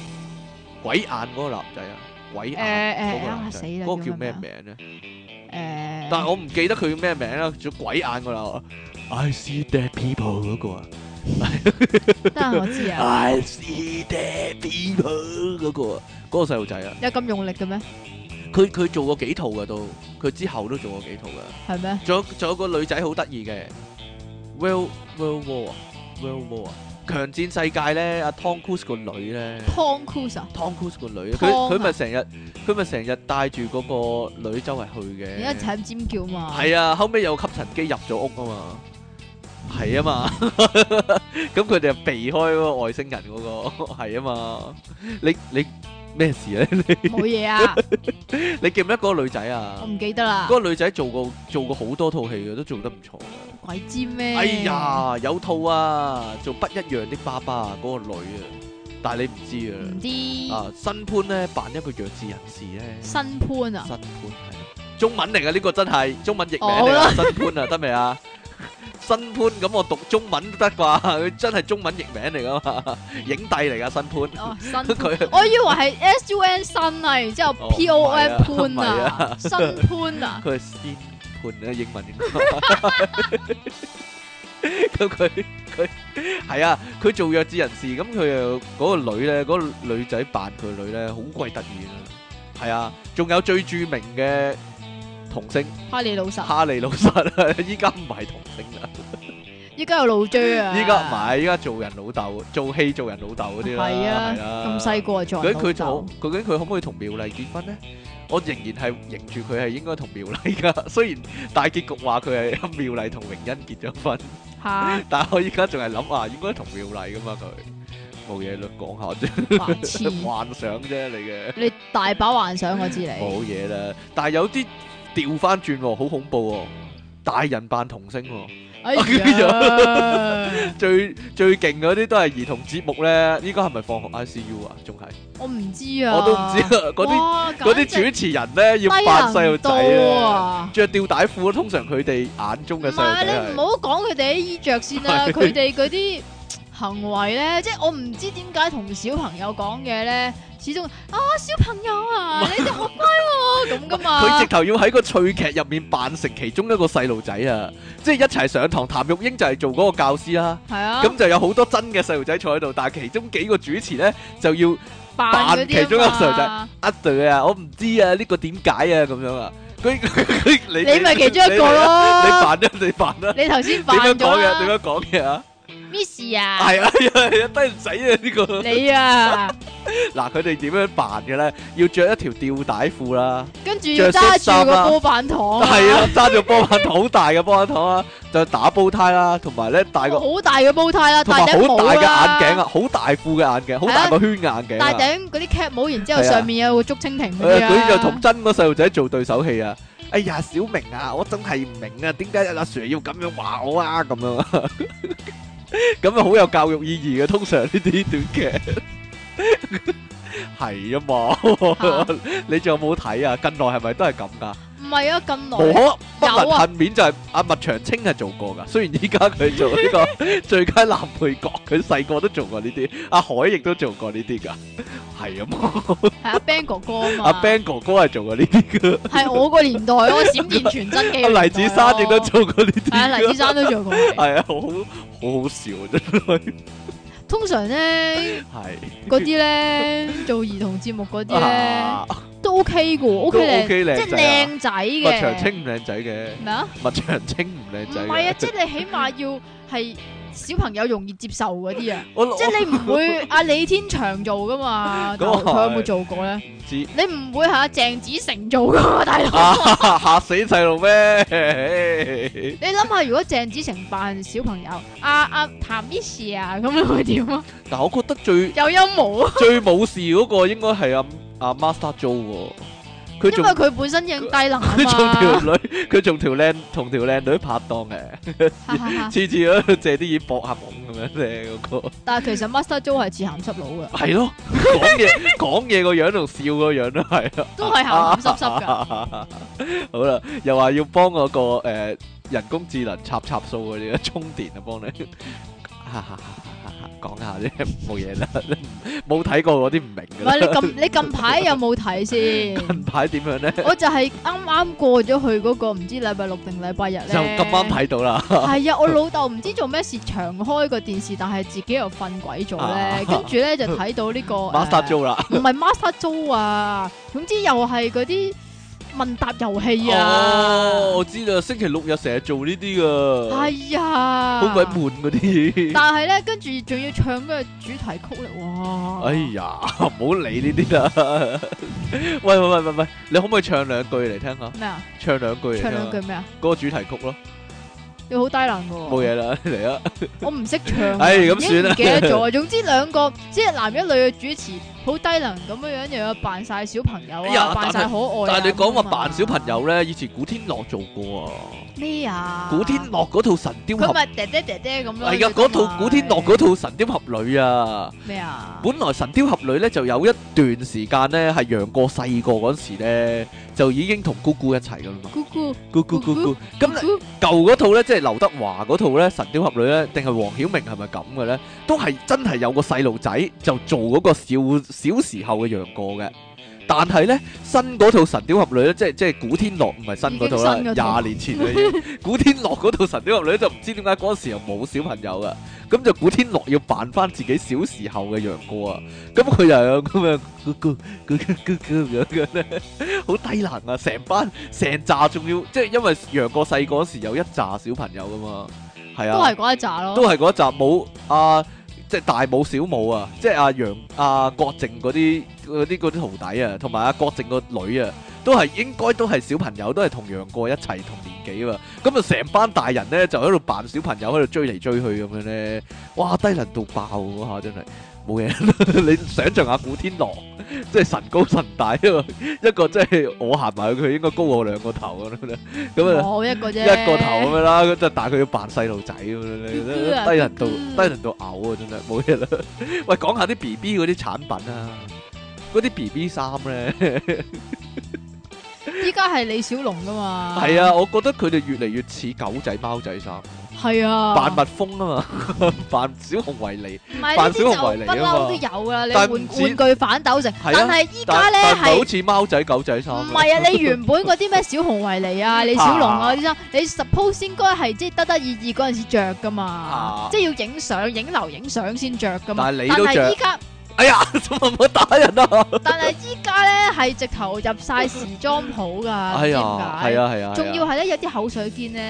鬼眼嗰個男仔啊，鬼眼
誒
嗰
誒
個
啊
男
死
仔，
啦
嗰個叫咩
叫咩
名
名
咧？
誒，
但係我唔記得佢叫咩名啦，叫鬼眼嗰個啦。I see dead people 嗰個啊。
得閒我 知啊。
I see dead people 嗰個啊，嗰個細路仔啊，
有咁用力嘅咩？
佢佢做過幾套噶都，佢之後都做過幾套噶。
係咩？
仲有仲有個女仔好得意嘅，Will Will War 啊，Will War 啊，強戰世界咧，阿 Tom Cruise 個女咧
Tom Cruise 啊，
，Tom Cruise 個女，佢
Tom 啊
佢咪成日佢咪成日帶住嗰個女周圍去嘅。
你一齊咁尖叫嘛？
係啊，後尾有吸塵機入咗屋啊嘛，係啊嘛， 咁佢哋就避開嗰個外星人嗰、個，係啊嘛，你你咩事咧？你
冇嘢啊，
你記唔記得嗰個女仔
我
啊？
唔記得啦。
嗰個女仔做過做過好多套戲嘅，都做得唔錯嘅。
鬼知咩？
哎，呀，有套啊，做不一樣的爸爸啊嗰、個女啊，但係你
唔
唔
知
知啊，啊新潘咧扮一個弱智人士咧，新
新潘啊
潘，係中文嚟嘅呢個真係中文譯
哦
名
好
嚟
啦
啊，新潘啊得未啊？新潘咁我讀中文都得 啩，佢真係中文譯名嚟噶 嘛，影帝嚟噶新潘。
哦新潘
佢
我以為係 S U N 新啊，然之後
哦
P O
唔
N
係
潘
啊
啊，新潘啊，
佢係先判咧英 文應該。咁佢佢係啊，佢做弱智人士，咁佢又嗰個女咧，嗰、個女仔扮佢女咧，好鬼得意啊！係啊，仲有最著名嘅童星
哈利老實，
哈利老 實啊，依家唔係童星啦，
依家有老追啊，
依家唔係，依家做人老豆，做戲做人老豆嗰啲啦，
係啊
係啦，
咁細個就
究竟佢同究竟佢可唔可以同妙麗結婚呢？我仍然係認住佢係應該同妙 麗噶，雖然大結局話佢係妙麗同榮恩結咗婚，
吓
但係我依家仲係諗啊，應該同妙麗噶嘛佢，冇嘢啦，講下
白 痴，
啫，幻想啫你嘅，
你大把幻想我知你，
冇嘢啦。但係有啲調翻轉喎，好恐怖喎，大人扮童星喎。
哎呀，
最最勁嗰啲都係兒童節目咧，依家係咪放學 ICU 啊？仲係
我唔知啊，
我都唔知啊！嗰啲
哇
嗰啲主持人咧要扮細路仔
低能到
啊，
啊！
着吊帶褲，通常佢哋眼中
唔
嘅細路
係啊
仔
你唔
係
好講佢哋啲衣着先啦，
係
佢哋嗰啲行為咧，即係我唔知點解同小朋友講嘢咧，始終啊小朋友啊，你哋好乖喎咁噶
佢
嘛
直，頭要喺個趣劇入面扮成其中一個細路仔啊！即係一齊上堂，譚玉英就係做嗰個教師啦，
係啊，
咁就有好多真嘅細路仔坐喺度，但係其中幾個主持咧就要
扮嗰啲啊
其中一個細路仔
仔，
呃佢啊，我唔知啊呢個點解啊咁樣啊， 佢佢你
你咪其中一個
你
咯，
扮啦，你扮啦。
你頭先扮
點樣講
咗
嘅？點
啦
樣講嘅啊？
，Miss 啊，
係啊係啊，低人仔啊呢個！
你啊，
嗱，佢哋點樣扮嘅咧？要着一條吊帶褲啦，
跟住要揸住個波板糖，
啊係，啊，揸住波板糖好大嘅波板糖啊，就打煲呔啦，同埋咧戴個
好大嘅煲呔啦，
同
戴
埋
頂
好
帽
大嘅
啦
眼鏡啊，，好大副嘅眼鏡，好大個圈嘅眼鏡
戴
啊！
頂嗰啲 cap 帽，然之後
係啊
上面有個竹蜻蜓嗰
誒
啲啊，
佢就同真個細路仔做對手戲啊！哎呀，小明啊，我真係唔明啊，點解阿 Sir 要咁樣話我啊？ 咁樣啊，咁啊好有教育意義嘅。通常呢啲短劇 係啊嘛， 你仲有冇睇啊？近來係咪都係咁噶？
唔係啊，近
無
來。
可不能幸免就係阿麥長青係做過噶， 雖然依家佢做呢個 最佳男配角，佢細個都做過呢啲，阿海亦都做過呢啲噶，係啊 嘛。
系阿 Ben 哥哥啊嘛，
阿 Ben 哥哥係做過呢啲 嘅，
系我個年代咯，閃電傳真嘅年代 咯。
阿黎子珊亦都做過呢啲
啊係啊，黎子
嘅，
珊都做過。
係啊，好好好笑啊真係，
通 常咧，
係
嗰啲咧做兒童節目嗰啲咧
啊
都 OK 噶
都
，OK 靚，
OK
即
靚
係
仔啊，
靚仔
麥長
嘅。
青唔靚仔嘅，
咩啊？
麥長青唔靚
唔
仔嘅，
係啊，即係你起碼要係小朋友容易接受嗰 啲啊，
我
即係你唔會阿李天祥 做噶嘛？
咁啊
佢佢有冇
係
做過咧？
你唔知
你唔會係阿鄭子誠做噶嘛，大佬？
啊 嚇死細路咩？
你諗下，如果鄭子誠扮小朋友，阿阿譚 Miss 啊，咁你會點啊？
但我覺得最
有陰毛啊，
最冇事嗰個應該係阿阿 Master Joe 喎，佢
因
仲
為佢本身已經低能啊
佢仲條
嘛。
女佢仲條靚同條靚女拍檔嘅。
哈哈哈
次次喺度借啲嘢搏下懵咁樣咧，嗰個
但係其實 Master Joe 係似鹹濕佬 噶，
係咯，講嘢講嘢個樣同笑個樣都係咯，
都係鹹鹹濕濕噶。
噶。好啦，又話要幫嗰個誒人工智能插插數嗰啲充電啊，幫你。 講下啫，冇嘢啦，冇睇過嗰啲唔明
唔
㗎
係你
啦。
近你近排有冇睇 先？
近排點樣咧？
我就係啱啱過咗去嗰個唔知禮拜六定禮拜日咧，
就咁啱睇到啦。
係啊，我老豆唔知做咩事，長開個電視，但係自己又瞓鬼咗
啊
咧，跟住咧就睇到呢個
Master Joe 啦，
呃唔係 Master Joe 啊，總之又係嗰啲問答遊戲
哦，
啊，
我知啦，星期六日成日做呢啲噶，
係啊，
好鬼悶嗰啲。
但係咧，跟住仲要唱嗰個主題曲咧，哇！
哎呀，唔好理呢啲啦。喂喂喂喂喂，你可唔可以唱兩句嚟聽下？
咩啊？
唱兩句嚟
唱兩
聽
句
下
咩啊？
嗰個主題曲咯，
要好低能噶
冇嘢 啦，嚟啊！
我唔識唱，
唉咁
已經
算啦
唔記得咗。總之兩個即係男一女嘅主持，好低能咁樣樣，又有扮晒小朋友
哎呀
啊，扮晒可愛啊。
但係你講話
咁啊
扮小朋友咧，以前古天樂做過啊，
咩啊？
古天樂嗰套《神雕俠
佢》咪爹爹爹爹咁咯。
係啊，嗰套古天樂嗰套《神雕俠侶》啊，
咩啊？
本來《神雕俠侶》咧就有一段時間咧係楊過細個嗰時咧就已經同姑姑一齊噶啦嘛，
咕咕
姑姑姑
姑
姑，咁你
咕
舊嗰套咧，即係劉德華嗰套咧《神雕俠侶》咧，定係黃曉明係咪咁嘅咧？都係真係有個細路仔就做嗰個小小時候嘅楊過嘅。但係咧新嗰套《神雕俠侶》咧，即係即係古天樂唔係新嗰套
已經新嗰
啦，
套
廿年前啦已經。古天樂嗰套《神雕俠侶》就唔知點解嗰時又冇小朋友啊，咁就古天樂要扮翻自己小時候嘅楊過啊，咁佢又有咁樣咕咕咕咕咕咕咁樣咧。 好低能啊！成班成扎仲要，即係因為楊過細個嗰時有一扎小朋友噶嘛，係
都係
啊，
嗰一紮
都
咯。
係嗰一集冇啊，即係大武小武啊，即係阿楊阿郭靖嗰啲嗰啲嗰啲徒弟啊，同埋阿郭靖個女啊，都係應該都係小朋友，都係同楊過一齊同年紀啊嘛，咁啊成班大人咧就喺度扮小朋友喺度追嚟追去咁樣咧，哇低能到爆嗰下真係冇嘢 啦，你想象下古天樂。即係神高神大一個，一個即係我行埋去，佢應該高我兩個頭咁樣咧，咁啊
我一個啫，
一個頭咁樣啦，咁就但係佢要扮細路仔咁樣咧，
嘟嘟 啊
低能到
嘟
低
嘟
能到嘔啊！真係冇嘢啦。 喂，講下啲 B B 嗰啲產品啊，嗰啲 B B 衫咧，
依家係李小龍噶嘛？
係，啊，我覺得佢哋越嚟越似狗仔貓仔衫，
係啊，
扮蜜蜂啊嘛， 扮小熊維尼，
唔係
扮小
呢啲
熊
就
維尼
不
啊嘛
嬲都有啦。你
但
玩
唔止
玩具反斗城，
係啊
但係依家
但
咧
但唔係
係
好。似貓仔狗仔衫
唔
啊。
係啊，你原本嗰啲咩小熊維 尼啊、李小龍啊嗰啲衫，你 suppose 應該係即係得得意意嗰陣時着噶
啊
嘛，即係要影相、影樓、影相先着噶嘛。
但係你都
但
着
係依家，
哎呀，做乜唔好打人啊？
但係依家咧係直頭入晒時裝鋪噶，
哎
知
呀，
唔
係
解？
啊，係啊，
仲要係咧有啲口水肩咧，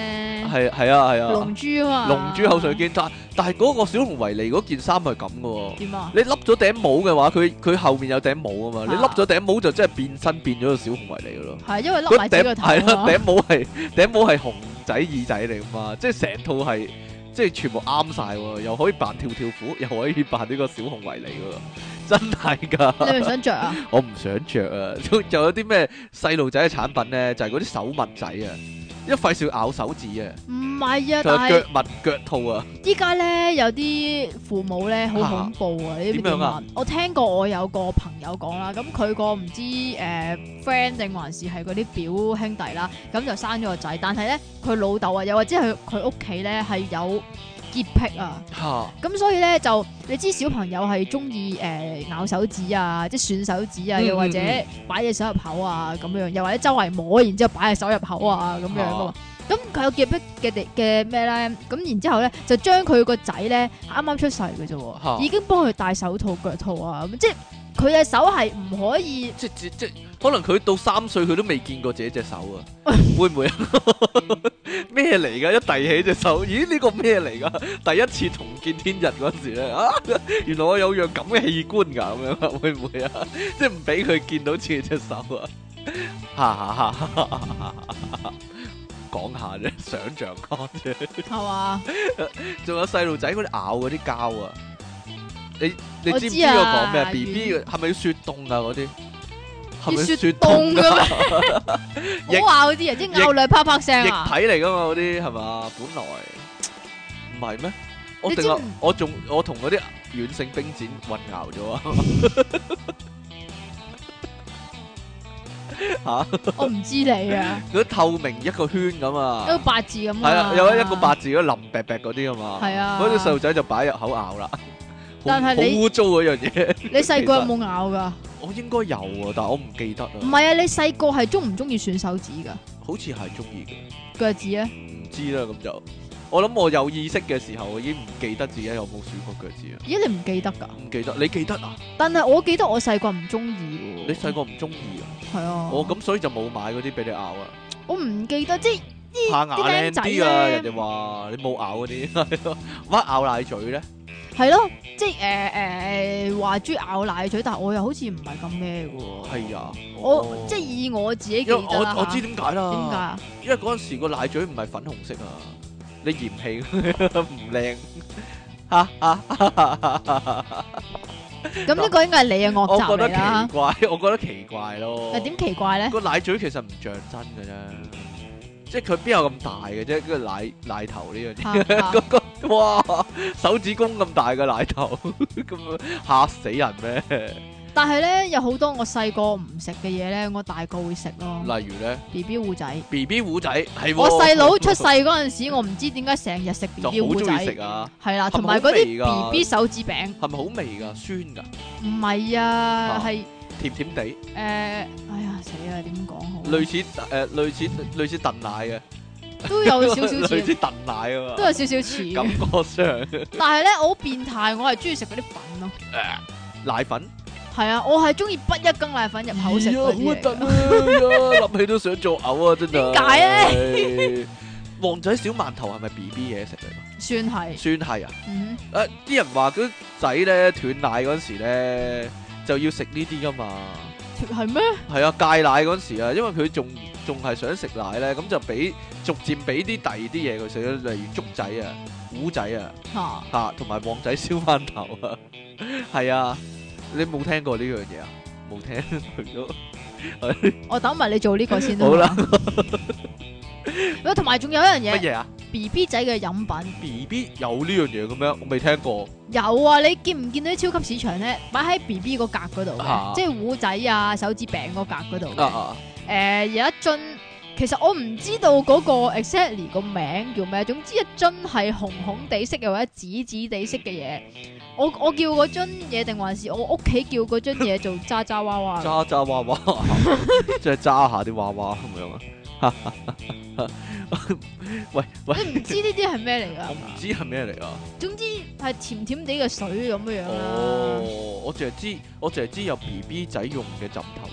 係係啊，係啊。
龍珠啊嘛，
龍珠口水機，但但係嗰個小熊維尼嗰件衫係咁嘅喎。
點啊？
你笠咗頂帽嘅話，佢佢後面有頂帽啊嘛。
啊
你笠咗頂帽就真係變身變咗個小熊維尼嘅咯。
係因為笠
嗰
埋自己個
頂
頭啊
係啦，
嘛
頂帽係頂帽係熊仔耳仔嚟噶嘛，即係成套係即係全部啱晒喎，又可以扮跳跳虎，又可以扮呢個小熊維尼嘅喎， 真係
你
㗎。
咪想着啊？
我唔想着啊！ 仲仲有啲咩細路仔嘅產品咧，就係嗰啲手襪仔啊，一費事咬手指啊，
唔係啊，
仲
但
有
係
腳襪腳套啊。
依家咧有啲父母咧好恐怖啊！呢啲
點樣啊？
我聽過我有個朋友講啦，咁佢個唔知誒 friend 定還是係嗰啲表兄弟啦，咁就生咗個仔，但係咧佢老豆啊，又或者係佢屋企咧係有潔癖啊。
吓
咁所以咧就你知小朋友係中意誒咬手指啊，即係吮手指啊，
嗯
又或者
嗯嗯
擺隻手入口啊咁樣，又或者周圍摸，然之後擺隻手入口啊咁樣
哦
噶嘛。咁佢有潔癖嘅地嘅咩咧？咁然之後咧就將佢個仔咧啱啱出世嘅啫
嚇
喎，已經幫佢戴手套腳套啊，咁即係佢佢隻手係唔可以，
即即即，可能佢到三歲佢都未見過自己隻手啊，會唔會啊？咩嚟噶？一遞起隻手，咦？呢、個咩嚟噶？第一次重見天日嗰陣時咧，啊，原來我有樣咁嘅器官㗎，咁樣啊會唔會啊？即係唔俾佢見到自己隻手啊！哈哈哈哈哈哈！講下啫，想像下啫。
係嘛？
仲有細路仔嗰啲咬嗰啲膠啊！你你
我
知唔知
知啊
我講咩啊
軟
？B B 係咪要雪凍啊？嗰啲係
要
咪
雪
凍啊
凍
㗎？
嘅
亦
咩？ 好咬嗰啲人，即係咬兩啪啪聲
液
啊！
體嚟噶嘛？嗰啲係嘛？本來唔係咩？我
你
定
知
係
唔
我仲我同嗰啲軟性冰剪混淆咗啊！
我唔知你啊，
嗰啲透明一個圈咁
一個
啊，
八字咁
係啊，有一一個八
字，
字嗰啲淋白白嗰啲啊嘛，
係啊
嗰啲細路仔就擺入口咬啦。好
但係
好
你
污糟嗰樣嘢，
你細個有冇咬㗎？
我應該有啊，但係我唔記得啊
唔，係啊，你細個係中唔中意選手指㗎？
好似係中意嘅。
腳趾啊咧？
唔知啦，咁就我諗我有意識嘅時候，我已經唔記得自己有冇選過腳趾啊，
咦，你唔記得㗎？
唔記得，你記得啊？
但係我記得我細個唔中意喎。
你細個唔中意啊？
係啊？
我咁所以就冇買嗰啲俾你咬啊，
我唔記得，即係
怕牙靚啲啊！
啲僆仔咧
人哋話你冇咬嗰啲， 乜咬奶嘴咧？
係咯，即係誒誒話豬咬奶嘴，但係我又好似唔係咁咩嘅喎。
係啊，
我即係以我自己記
因為
得
我
啦
我知點解
嚇點解
啦，
啊？
因為嗰陣時個奶嘴唔係粉紅色啊，你嫌棄 唔靚，哈哈哈哈哈哈哈哈
咁呢個應該係你嘅惡
我
習
覺得
嚟啦
奇。怪，我覺得奇怪咯
係。點奇怪咧？
個奶嘴其實唔像真嘅啫，即係佢邊有咁大嘅啫？個奶奶頭呢樣嘢，
嚇嚇
嗰個 哇手指公咁大嘅奶頭， 咁嚇死人咩？
但係咧，有好多我細個唔食嘅嘢咧，我大個會食咯。
例如咧
B B 糊仔，
B B 糊仔係喎
我細佬出世嗰陣時，我唔知點解成日食 B
就
B
好
糊
中意食
仔，
啊，
係啦，
係咪
同埋
好
嗰
味㗎
啲 B B 手指餅，
係咪好味㗎？酸㗎，
唔係啊，
嚇
係
甜甜地，
誒，哎呀死啦，點講好啊？
類似誒、呃、類似類似燉奶嘅，
都有少少
類似
似，
燉奶啊
都
嘛，
有少 少似嘅
感覺上
但係咧，我好變態，我係中意食嗰啲粉咯。
奶粉。
係啊，我係中意不一羹奶 粉入口食
哎呀
嗰
好核
啲嚟
突
㗎。
啊！哎呀諗起都想做嘔啊！真係
點解
咧？旺仔小饅頭係咪 B B 嘢食嚟㗎？
算係，
算係啊！
嗯，
誒、啲人話嗰啲仔咧斷奶嗰陣時咧就要食呢啲噶嘛，
係咩？
係啊戒奶嗰陣時啊，因為佢仲仲係想食奶咧，咁就俾逐漸俾啲第二啲嘢佢食，例如粥仔啊、糊仔啊
嚇，
嚇，同埋旺仔小饅頭啊，係啊，你冇聽過呢樣嘢啊？冇聽去咗。
我等埋你做呢個先啦。
好啦，
喂，同埋仲有一樣
乜
嘢
嘢啊？
，B B 仔嘅飲品
B B 有呢樣嘢嘅咩？我未聽過。
有啊，你見唔見到啲超級市場咧擺喺 B B 個格嗰度嘅
啊
即係糊仔啊、手指餅嗰格嗰度嘅。誒、
啊啊，
有一樽，其實我唔知道嗰個 exactly 個名叫咩，總之一樽係紅紅地色又或者紫紫地色嘅嘢。我我叫嗰樽嘢定還是我屋企叫嗰樽嘢做渣渣娃娃嘅？
揸揸娃 娃，即係揸下啲娃娃咁樣啊！ 喂喂，
你唔知呢啲係咩嚟
我
㗎？
唔知係咩嚟啊！
總之係甜甜地嘅水咁樣樣啦，
哦，我淨係知我淨係知有 B B 仔用嘅枕頭咋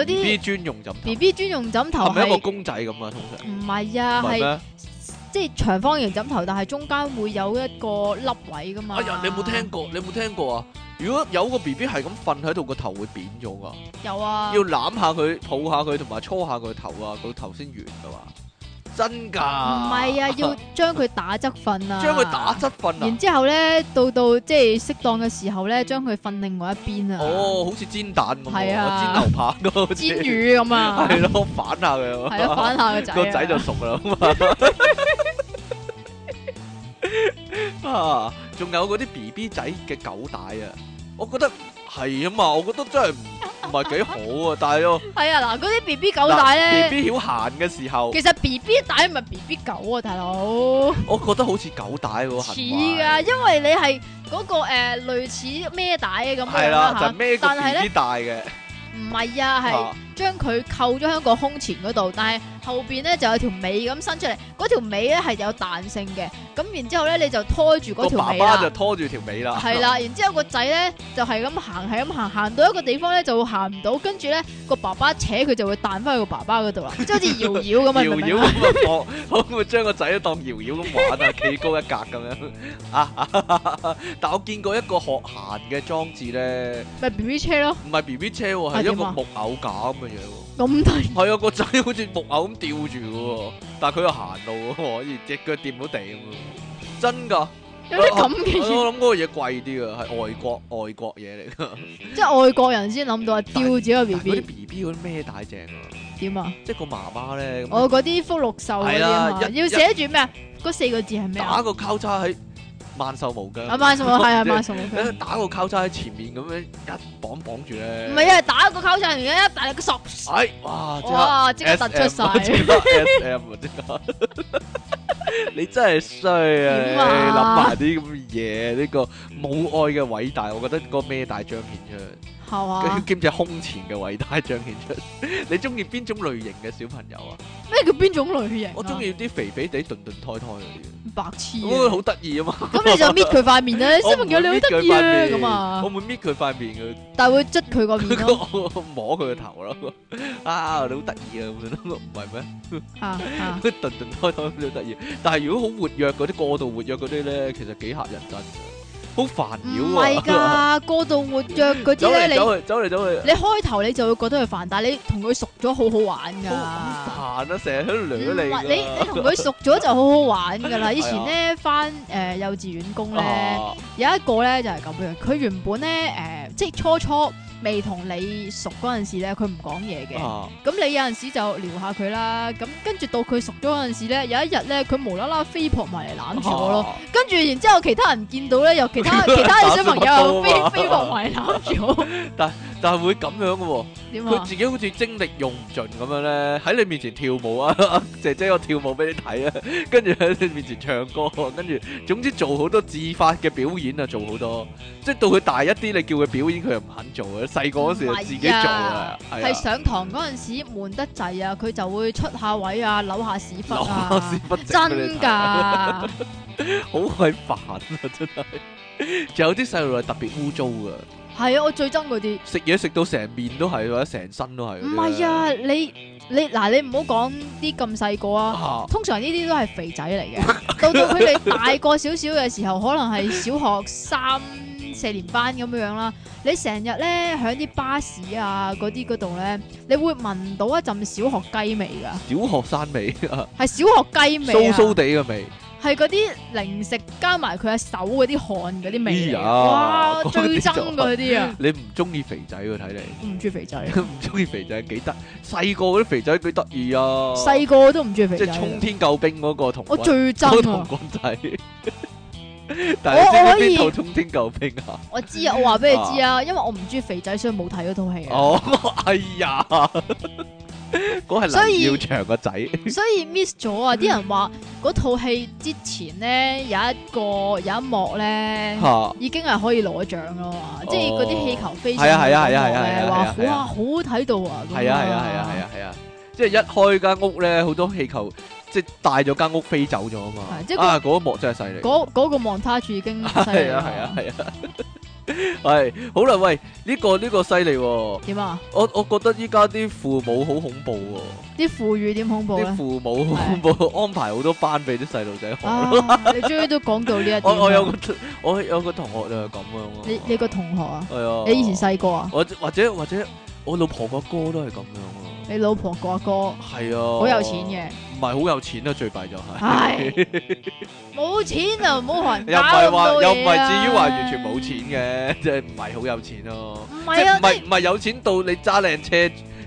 嗰
，B B
啲
專用枕頭
B B 專用枕頭
係咪一個
係
公仔咁啊？通常
唔係啊？
唔係
係
咩？
即係長方形枕頭，但係中間會有一個凹位噶嘛。
哎呀，你有冇聽？過？你有冇聽過啊？如果有個 B B 係咁瞓喺度，個頭會扁咗噶，
有啊
要，攬下佢、抱下佢，同埋搓下佢個頭啊，個頭先圓噶嘛？真㗎？
唔係啊， 要將佢打側瞓啊，
將佢打。側瞓啊嗯
然！之後咧，到到即係適當嘅時候咧，將佢瞓另外一邊啊。，
哦，好似煎蛋咁喎，
係
煎
啊
牛扒咁好似，
煎魚咁啊，
係咯，反下佢，
係啊，反下個仔啊。
個仔就熟啦咁 啊！啊，仲有嗰啲 B B 仔嘅狗帶啊，我覺得係啊嘛，我覺得真係唔唔係幾好啊，但係咯，
係啊，嗱，嗰啲 B B 狗帶咧，
B B 曉行嘅時候，
其實 B B 帶咪 B B 狗啊，大佬。
我覺得好似狗帶喎，
似
行為
噶，因為你係嗰、個誒、呃、類似孭帶咁樣
係啦，
啦
就
嚇
孭
但
個
係
B
咧
B 帶嘅，
唔係啊，係
啊
將佢扣咗喺個胸前嗰度，但係後邊咧就有條尾咁伸出嚟，嗰條尾咧係有彈性嘅，咁然之後咧你就拖住嗰
個
條
爸
尾
爸
啦
就。拖住條尾啦，
系啦，然之后个仔咧就係咁行，係咁行，行到一個地方咧就會行唔到，跟住咧個爸爸扯佢就會彈翻去個爸爸嗰度 啦，即係好似搖搖咁啊！你
搖
明唔
搖
明
咁
啊
啊當，可唔會將個仔都當搖搖咁玩啊？企高一格咁樣啊！ 但我見過一個學閒嘅裝置咧，
咪 B B 車咯，
唔係 B B 車喎，
係
係一
點
個
啊
木偶架咁嘅嘢喎。
咁大
係啊，個仔好似木偶咁吊住嘅喎，但係佢又行路喎，可以隻腳掂到地咁喎。真 㗎，
有啲咁嘅
我
嘢，
我諗嗰個嘢貴啲啊，係外國外國嘢嚟㗎。
即係外國人先諗到啊，吊住個 B
但係嗰
B
啲 B B 嗰啲咩大隻啊？
點啊？
即係個媽媽咧，咁
我嗰啲福禄壽嗰啲啊
係
嘛
啦，一
要寫住咩啊？嗰四個字係咩
打
啊？
個交叉喺萬壽無疆。
阿萬 壽係啊，
即係
萬壽無疆。
打個交叉喺前面咁樣一綁綁住咧。
唔係啊，打個交叉完嘅一大力個索，
哎，哇！即刻
哇！即刻突出
SM
晒。
即刻 S M 即刻。你真係衰
點
啊！
啊
你諗埋啲咁嘅嘢，呢個母愛嘅偉大，我覺得個咩大彰顯出，
係嘛？
兼且空前嘅偉大彰顯出。 你中意邊種類型嘅小朋友啊？
咩叫邊種類型啊？
我中意啲肥肥地、頓頓胎胎嗰
白痴
啲，
啊。
咁好得意啊嘛！
咁你就搣佢塊面 啦，小朋友你好得意啊咁
我
啊，
唔會搣佢塊面嘅。
但係會捽佢個面 咯
佢個- À, ờ, 摸佢個頭咯。啊，你好得意啊，咁樣咯，唔係咩？
啊啊！
頓頓開開都好得意。但係如果好活躍嗰啲，過度活躍嗰啲呢，其實幾嚇人真㗎。好煩擾啊。
唔係㗎，過度活躍嗰啲咧，你
走嚟走去-走嚟走去，
你開頭你就會覺得佢煩，但係你同佢熟咗好好玩㗎。唔
好煩啊，成日喺度掠你㗎。啊
係你你同佢熟咗就好好玩㗎啦！以前咧翻誒幼稚園工
哦
咧。
Ờ,
有一個咧就係咁樣，佢原本咧誒、呃即係初初未同你熟嗰陣時咧，佢唔講嘢嘅。
啊，啊，
咁、你有陣時就撩下佢啦。咁跟住到佢熟咗嗰陣時咧，有一日咧，佢無啦啦飛撲埋嚟
ờ.
攬住我
啊
咯。跟住然之後，其他人見到咧，又其 他其他嘅小朋友又
打飛
飛飛
撲
撲埋嚟攬 住我，
但係會咁樣㗎喎，
點啊？
佢自己好似精力用唔盡咁樣呢，喺你面前跳舞啊， 啊姐姐又跳舞俾你睇啊，跟住喺你面前唱歌啊，跟住總之做好多自發嘅表演啊，做好多。即係到佢大一啲，你叫佢表演，佢又唔肯做啊，細個嗰時就自己做啊，係啊，
係上堂嗰陣時悶得滯啊，佢就會出下位啊，扭下屎忽啊，
攞屎忽直俾你睇啊，
真㗎。
好鬼煩啊，真係。仲有啲細路係特別污糟㗎，食嘢食到成面都係，或者成身都係嗰啲呢。
係啊，我最憎嗰啲。唔係啊，你你嗱，你唔好講啲咁細個啊。通常呢啲都係肥仔嚟 嘅，到到佢哋大個少少嘅時候，可能係小學三四年班咁樣啦。你成日咧喺啲巴士啊嗰啲嗰度咧，你會聞到一陣小學雞味㗎，
啊，小學生味，
係小學雞味
酥
啊，
酥地嘅味。
係嗰啲零食加埋佢嘅手嗰啲汗嗰啲味嚟嘅，
哎呀
哇，我
嗰啲
最
就
憎嗰啲 啊，
你唔中意肥仔喎，睇 嚟
我唔中意肥仔，
唔中意肥仔幾得，細個嗰啲肥仔幾得意啊！
細個我都唔中意肥
即
仔
係衝
啊，
天救兵嗰個童
我
軍，
最
嗰個
憎啊
童。軍 仔。但係你知唔知邊套衝天救兵啊？
我知啊，我話俾你知啊，因為我唔中意肥仔，所以冇睇嗰套戲 啊。
哦，哎呀，嗰係
所
黎
以
耀祥個仔，
所以 miss 咗啊！啲人話嗰套戲之前咧有一個有一幕咧
嚇
已經係可以攞獎啦嘛，即係嗰啲氣球飛上
係啊係啊係啊
嗰幕
係啊係
咧，
啊
話
係啊
哇好好睇到啊！
係啊係啊係啊係啊係啊！即係一開間屋咧，好多氣球即係帶咗間屋飛走咗啊嘛
係即！係嗰
啊，嗰一幕真係犀利。
嗰嗰個 montage 已經犀利
係啊係
啦
啊係啊，係好啦，喂，呢個呢個犀利喎。
點啊？
我我覺得依家啲父母好恐怖
啲腐語點啊恐怖
喎，
咧
啲？父母好恐怖，安排好多班俾啲細路仔學。
啊！你終於都講到呢一 點
我我有
啦。
個我有個同學就係咁樣咯。
你你個同學啊？
係啊？
你以前細個啊？
我或者或者我老婆個哥都係咁樣
你老婆個阿哥
咯。係啊，
好有錢，嘅。
唔係好有錢啊，最弊就係。
唉， 冇錢啊，唔好學人
又唔
搞
係
咁
話，
多嘢啊
又唔係至於話完全冇。錢嘅，即係唔係好有錢咯。
唔
即
係
係
啊，
唔
即係
係唔係有錢到你揸靚車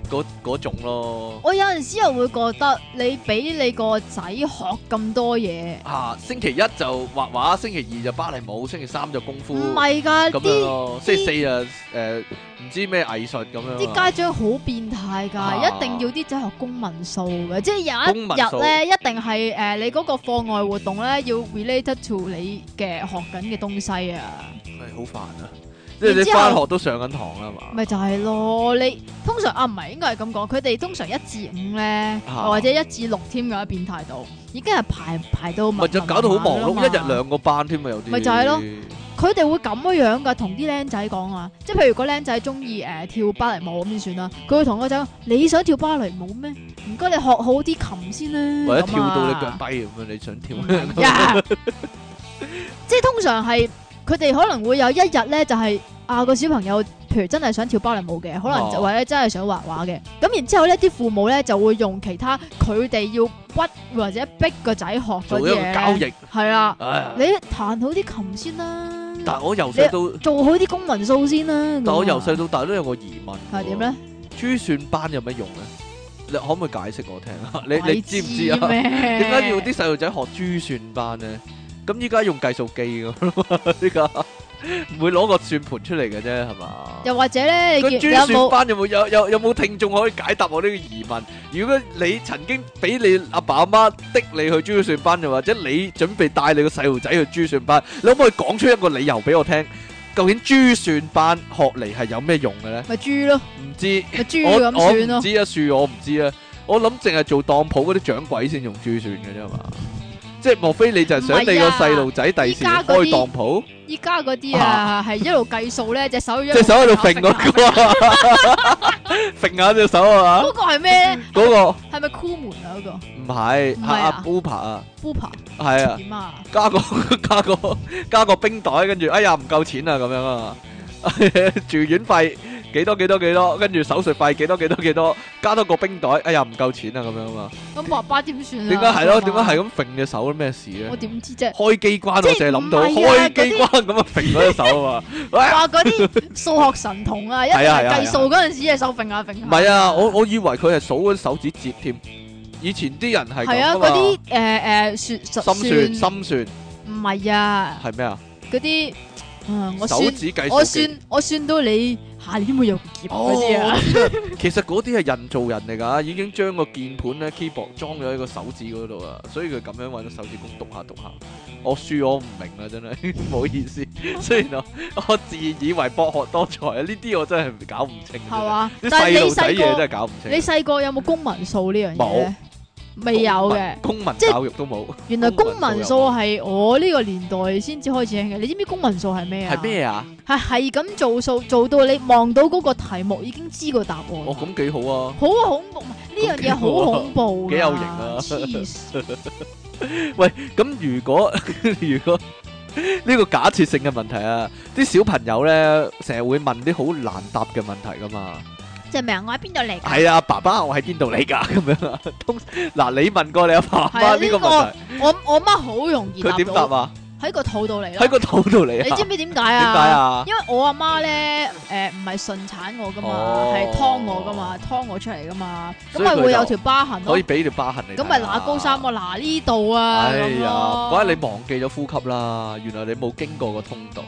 嗰嗰種咯。
我有陣時又會覺得你俾你個仔學咁多嘢，
啊，星期一就畫畫，星期二就芭蕾舞，星期三就功夫，
唔
哦咁
係㗎，
樣
啲
咯。星期四就誒唔知咩藝術咁樣啊。
啲家長好變態
啊
㗎，一定要啲仔學公民數嘅，即係
公
有一
民數
日咧，一定係誒你嗰個課外活動咧，要 related to 你嘅學緊嘅東西啊。
係好煩啊！即係你
然之後
翻學都上緊堂啦嘛。
咪就係咯，你通常啊唔係應該係咁講，佢哋通常一至五咧，
啊
或者一至六添㗎，喺變態度已經係排排到密
咪就搞到好忙碌，
密密麻麻
一
㗎啦
日
嘛
兩個班添啊，有啲。
咪就係咯佢哋會咁樣樣噶，同啲僆仔講啊，即係譬如個僆仔中意誒跳芭蕾舞咁先算啦，佢會同個仔講：你想跳芭蕾舞咩？唔該你學好啲琴先啦，
或者跳到你
咁
腳
啊
跛咁樣，你想跳？
唔嗯 係呀即係通常係佢哋可能會有一日咧，就係、啊個小朋友，譬如真係想跳芭蕾舞嘅，可能就
哦
或者真係想畫畫嘅，咁然之後咧，啲父母咧就會用其他佢哋要屈或者逼個仔學嗰
做
啲
一個
嘢
交
呢，
易。
係啦，
哎呀
你彈好啲琴先啦。
但係我由細到，
做好啲公民數先啦。
但我由細
到
到大都有個疑問。
係點？咧？
珠算班有乜用咧？你可唔可以解釋我聽啊？ 你你知唔知啊？
點
點解要啲細路仔學珠算班咧？咁依家用計數機咁啊嘛， 呢個唔會攞個算盤出嚟嘅啫，係嘛？
又或者咧，
個
你
珠
見你有
算
冇？
班有冇有有有冇聽眾可以解答我呢個疑問？如果你曾經俾你阿爸阿媽的你去珠算班，又或者你準備帶你個細路仔去珠算班，你可唔可以講出一個理由俾我聽？究竟珠算班學嚟係有咩用嘅咧？
咪豬咯，
唔知
咪豬
我
咁
我
算
唔
咯。
知啊，樹我唔知啊，我諗淨係做當鋪嗰啲掌櫃先用珠算嘅啫嘛。即係莫非你就係想你
唔係
個
啊
細路仔第時
依家嗰啲
開當鋪，
依家嗰啲啊，係一路計數咧，隻手一
隻手喺度揈
揈
嗰個啊，揈下隻手啊嘛
嗰個係咩咧？
嗰個。
係咪酷門啊？嗰個
唔係，
唔
阿
係
阿
啊
Booper 啊，
Booper
係啊，
點啊？
加個 加個加個冰袋，跟住哎呀唔夠錢啊咁樣啊， 住院費幾多幾多幾多，跟住手術費幾多幾多幾多，加多個冰袋，哎呀唔夠錢啊咁樣啊嘛，
咁爸爸點算啊？
點解係咯？點解係
咁？
咁揈隻手咩事咧
我？點知啫？
開機關我
即係
淨係諗到
唔係啊
開機關咁啊揈嗰隻手啊 嘛，哎呀
話嗰啲 數學神童啊，一定
係啊係
係
啊
計數嗰陣時隻手揈下揈下。
唔係啊，我我以為佢係數嗰啲手指節添，以前啲人係
係啊，
咁
嗰
啊
啲誒誒
嘛，
算
心
算
算心算
唔係啊，
係咩啊？
嗰啲啊我
手
算。
指計
我
數機。
算我算到你下年會有 劫嗰啲
哦
啊，
其實嗰啲係人造人嚟㗎，已經將個鍵盤咧 keyboard 裝咗喺個手指嗰度啊，所以佢咁樣揾個手指公篤下篤下。我輸我唔明啦，真係 唔好意 思。雖然我我自以為博學多才啊，呢啲我真係搞唔清。
係嘛？
真係？啲
但係
細
你
路仔
細
嘢
個
真係搞唔清。
你細個有冇公民數呢樣嘢咧？未有嘅，
公民公民
即係
教育都冇。
原來公
公民
民
數
數
有
係我呢個年代先至開始興嘅。你知唔知公民數係咩啊？
係？咩啊？
係係咁做數，做到你望到嗰個題目已經知個答案。
哦，咁幾好啊！
好恐怖，呢樣嘢好恐怖㗎，
幾有型啊
黐 線
咁如果 如果呢個假設性嘅問題啊，啲小朋友咧成日會問啲好難答嘅問題㗎嘛。
即係咩啊？我喺邊度嚟㗎？
係啊，爸爸，我喺邊度 嚟㗎？咁樣啊，通嗱你問過你阿爸
係啊
媽呢個問
我我媽好容易
題，佢點答
到，
啊？
喺個肚度嚟
喺
咯。
個肚度嚟
你
啊？
知
點
唔知點解啊？
解啊？
因為我阿媽咧，誒唔係順產我噶嘛，
哦
係劏我噶嘛，劏我出嚟噶嘛，咁
所以佢
咪
就
會有條疤痕
可
咯
以，俾條疤痕你。
咁咪揦高衫我。嗱呢度啊，
哎
咁
呀，
咯
唔怪你忘記咗呼吸啦，原來你冇經過個通道，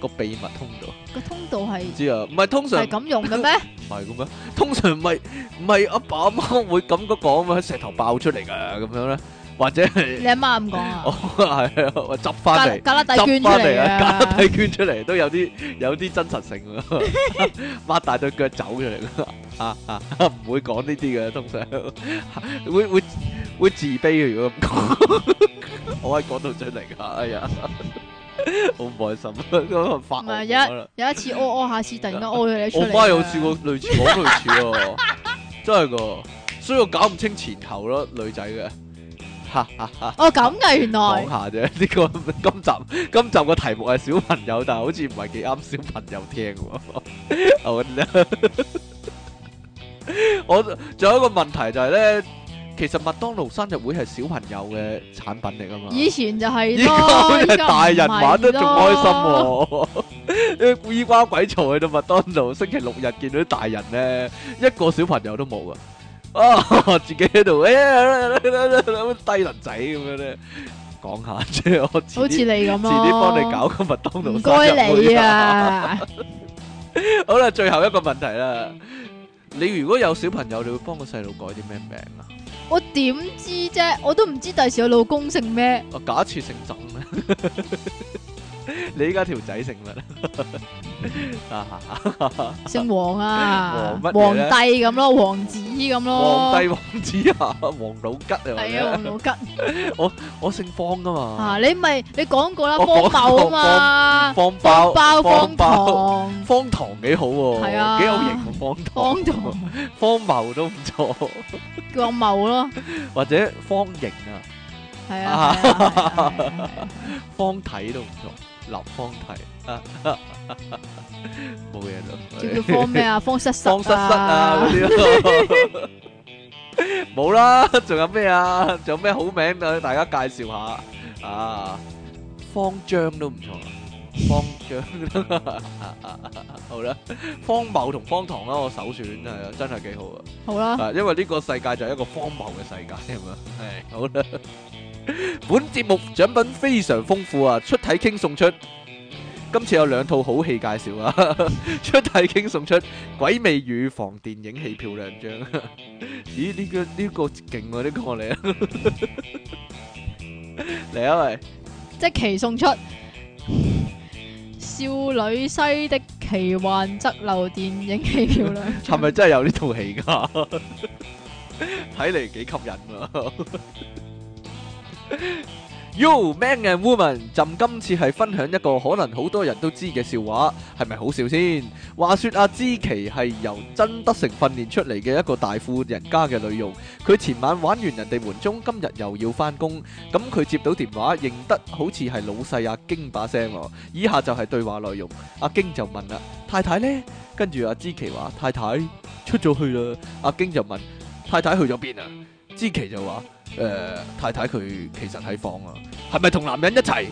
個秘密通道。
個通道係
唔知啊，唔係通常
係
唔
咁 用嘅咩？
係咁咩？通常咪唔係阿爸阿媽會咁樣講咩？石頭爆出嚟㗎咁樣咧，或者係
你阿媽咁講啊
哦，係啊，我執翻
格
嚟。
格拉底
執
捐出
翻
嚟
嚟啊！ 假
啊！
底捐出嚟都有啲有啲真實性喎， 擘大對腳走出嚟 㗎啊啊！唔會講呢啲嘅，通常會會會自卑嘅。如果咁講， 我喺嗰度出嚟㗎，哎呀，好唔開心， 咁啊發
唔係
惡
有
夢啦
有一次屙屙下屎，突 然間屙咗你出
我
嚟啊。
媽有試過類似講
啊
類似 喎，真係㗎，所以我搞唔清前後咯，女仔嘅。哈哈哈！
哦咁嘅原來
講下啫， 呢個今集今集個題目係小朋友，但係好似唔係幾啱小朋友聽喎。 好啦，我仲有一個問題就係咧，其實麥當勞生日會係小朋友嘅產品嚟噶嘛？
以前就 係
依
咯，
家
依
咧大人玩得仲開心
唔係咯。
喎、啲烏衣瓜鬼嘈去到麥當勞，星期六日見到啲大人咧，一個小朋友都冇啊！啊， 自己喺度，哎呀低能仔咁樣咧，講下即係我
好
遲
似你
啲
咁
遲
咯，
啲幫你搞個麥當勞
唔
生
該
日
你
會！
啊！
好啦，最後一個問題啦，你如果有小朋友，你會幫個細路改啲咩名啊？
我點知
哦
啫？我都唔知第時我老公姓咩，
啊，假設姓曾咧， 你依家條仔姓乜 啊？
姓王啊，
王乜
皇
嘢
帝
呢
咁咯，王子咁咯，
皇帝王子啊，王老吉啊，
系哦啊，
或者
王老吉
我姓方噶嘛，
啊，你咪你講過啦，
我
方
講過
某啊嘛，
方包
方包
方
方
包
糖
方糖幾好
係
喎，
啊
幾有型喎方
方
糖，
糖
方茂都唔錯，
叫阿茂咯，
或者方形啊。
係啊，係啊係啊係 啊係啊
方體都唔錯，立方體啊，冇嘢
叫佢
啦，
方咩啊，方失失
方失失啊嗰啲咯， 冇啦，仲有咩啊？仲有咩好名啊？大家介紹下啊，方張都唔錯，方張 好啦，方茂同方糖啦，我首選係啊，真係幾好啊！
好啦，
啊，因為呢個世界就係一個荒謬嘅世界啊嘛。係 好啦，本節目獎品非常豐富啊，出體傾送出。今次有兩套好戲介紹啊， 出體傾送出《鬼魅乳房》電影戲票兩張。 咦？呢、個呢、個勁喎、呢、個我嚟啊！ 嚟啊喂！
即期送出。少女西的奇幻則流電影戲票啦，
係咪 真係有呢套戲噶？睇嚟幾吸引啊！You man and woman，朕今次係分享一個可能好多人都知嘅笑話，係咪好笑先？話說阿芝琪係由真德成訓練出嚟嘅一個大富人家嘅女傭，佢前晚玩完人哋門鐘，今日又要翻工，咁佢接到電話，認得好似係老細阿京把聲喎。以下就係對話內容，阿京就問啦：太太呢？跟住阿芝琪話：太太出咗去啦。阿京就問：太太去咗邊啊？芝琪就話：誒、太太佢其實喺房啊，係咪同男人一齊？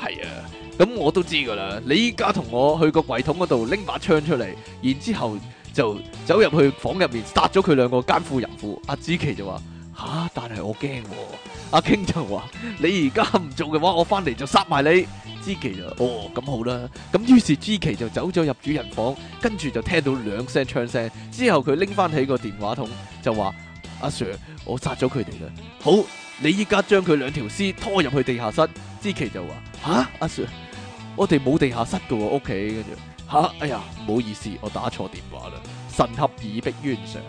係啊，咁我都知噶啦。你依家同我去個櫃桶嗰度拎把槍出嚟，然之後就走入去房入面殺咗佢兩個奸夫淫婦。阿芝琪就話：吓、但係我驚喎、阿京就話：你而家唔做嘅話，我翻嚟就殺埋你。芝琪就哦咁好啦，咁於是芝琪就走咗入主人房。跟住就聽到兩聲槍聲，之後佢拎翻起個電話筒就話：阿 Sir，我殺咗佢哋啦！好，你依家將佢兩條屍拖入去地下室。之琪就話：吓、阿 Sir，我哋冇地下室噶喎，屋企跟住吓，哎呀，唔好意思，我打錯電話啦，神合以逼冤上。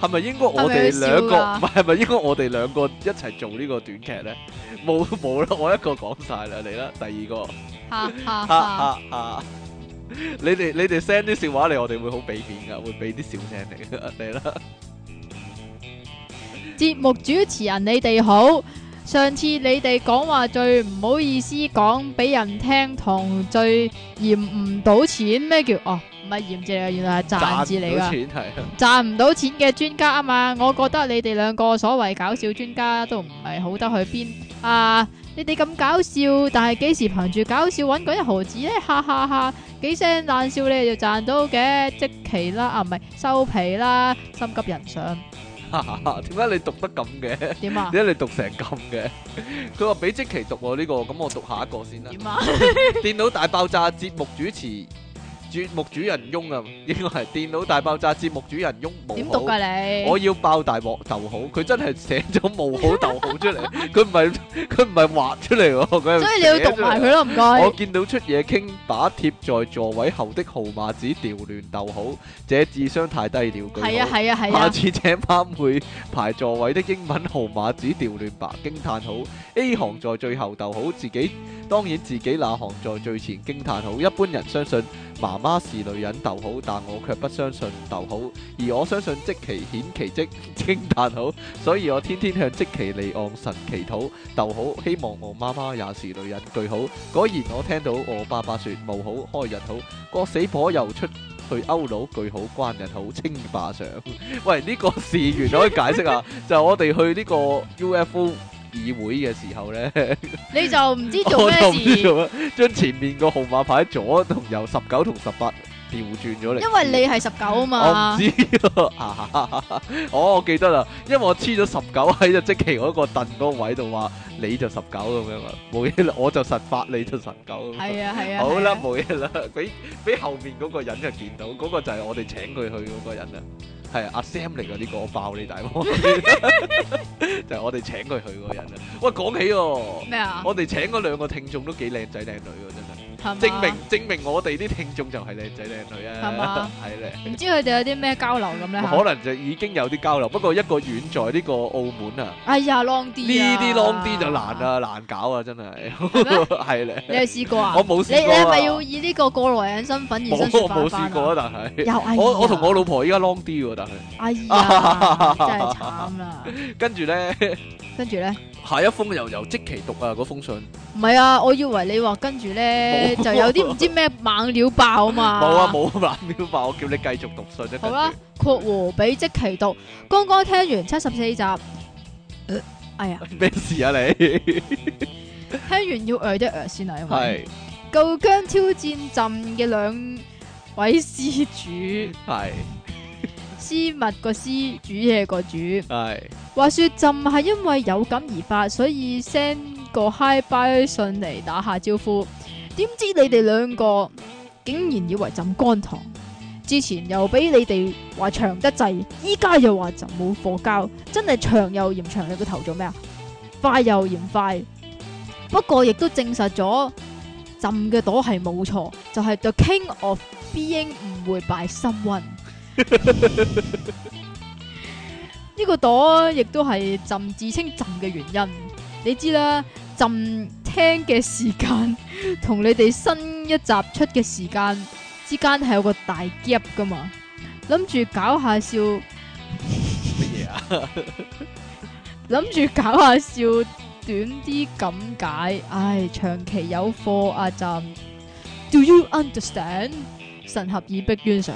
係咪應該我哋兩個？
係咪佢笑㗎啊
唔係，係咪應該我哋兩個一齊做呢個短劇咧？冇冇啦，我一個講晒啦，你啦，第二個。
哈
哈
哈哈！
哈哈！你哋你哋 send 啲笑話嚟，我哋會好俾面噶，會俾啲笑聲嚟噶，你 啦。
節目主持人你哋好，上次你哋講話最唔好意思講俾人聽同最嫌唔到錢咩叫哦？唔係嫌字嚟㗎，原來係賺字嚟
賺唔到
㗎，
錢係啊
賺唔到錢嘅專家啊嘛！我覺得你哋兩個所謂搞笑專家都唔係好得去邊啊！你哋咁搞笑，但係幾時憑住搞笑揾嗰一毫子呢？哈哈哈！幾聲爛笑你哋就賺到嘅，即期啦啊，唔係收皮啦，心急人上
哈哈哈，點解你讀得咁 嘅？點
點啊？
解你讀成咁嘅？佢話俾即期讀喎呢個，咁我讀下一個先啦。
點啊？
電腦大爆炸節目主持。節目主人翁啊，應該係電腦大爆炸節目主人翁
點
冇
讀
好，
㗎你？
我要爆大鑊逗號，佢真係寫咗冇好逗號出嚟，佢唔係佢唔係畫出嚟喎，佢係
所以你要
寫出
讀
嚟
埋佢咯，唔
我
該。
見到出嘢傾把貼在座位後的號碼紙調亂逗好，這智商太低了。句號
係啊，係啊，係
下
啊，
次請翻每排座位的英文號碼紙調亂吧，驚嘆號 A 行在最後逗好，自己當然自己那行在最前驚嘆號。一般人相信媽媽是女人逗好，但我卻不相信逗好，而我相信即其顯奇蹟驚嘆號，所以我天天向即其離岸神祈禱逗好，希望我媽媽也是女人句號。果然我聽到我爸爸說冇好開日好，個死婆又出去勾佬句號關日好稱霸上。喂，呢、個事源可以解釋 啊，就係我哋去呢個 UFO 議會嘅時候咧，
你就唔知做
我
咩
就唔知
事，
做咩，將前面個號碼牌左同右十九同十八調轉咗嚟。
因為你係十九啊
我唔
嘛。
知啊， 哦，我記得啦，因為我黐咗十九喺只即期嗰個凳嗰個位度話，你就十九咁樣啊，冇嘢啦，我就十八，你就十九咁樣。
係啊，係啊。
好啦，
係啊，
冇嘢啦，俾俾後面嗰個人就見到，嗰、個就係我哋請佢去嗰個人啊，係啊，阿 Sam 嚟噶呢個爆你大鑊，就係我哋請佢去嗰個人啊！喂，講起喎，
咩啊？
我哋請嗰兩個聽眾都幾靚仔靚女喎，
係嘛
真係證明證明我哋啲聽眾就係靚仔靚女
係嘛
啊，係咧。
唔知佢哋有啲咩交流咁咧？
可能就已經有啲交流，不過一個遠在呢個澳門啊，
哎呀，long
呢
啲啊
啲 long 啲就難。啊，難搞啊，真係
咩
係咧。
你有試過啊？
我冇
你你
試過
係咪
啊
要，以呢個過來人身份
冇
而身説
我
法
冇試過啊，但係
又哎
我我同我
老，
老婆依家 long 啲喎，但係
哎 呀，真係慘啦！
跟住咧
跟住咧，
下一封又由即其讀啊嗰封信，
唔係啊，我以為你話跟住咧
冇
就有啲唔知咩猛料爆啊嘛。
冇啊。冇爛料吧，我叫你繼續讀信啫。啊
好啊啦，括弧俾即其讀，剛剛聽完七十四集，呃哎呀，
跟住，咩事 啊你？
聽完要呃一呃先啊，因為
係
夠姜挑戰朕嘅兩位施主。
係
私密個私，煮嘢個煮。
係
話說朕係因為有感而發，所以 send 個 hi bye 信嚟打下招呼。點知你哋兩個竟然以為朕乾糖，之前又俾你哋話長得滯，依家又話朕冇貨交，真係長又嫌長，你個頭做咩啊？快又嫌快，不過亦都證實咗朕嘅朵係冇錯，就係、The King of Being 唔會 by someone。呢個朵亦都係朕自稱朕嘅原因。你知啦，朕聽嘅時間同你哋新一集出嘅時間之間係有個大 gap 噶嘛，諗住搞下笑，
乜嘢啊？
諗住搞下笑短啲咁解。唉，長期有貨啊，朕。Do you understand？神合以逼冤上，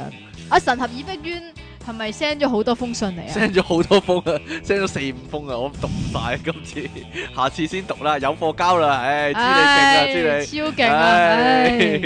啊神合以逼冤係咪 send 咗好多封信嚟啊？
send 咗好多封 啊，send 咗四五封啊，我讀唔晒今次，下次先讀啦，有貨交啦，唉，知你勁啊，知你。
超勁啊！唉。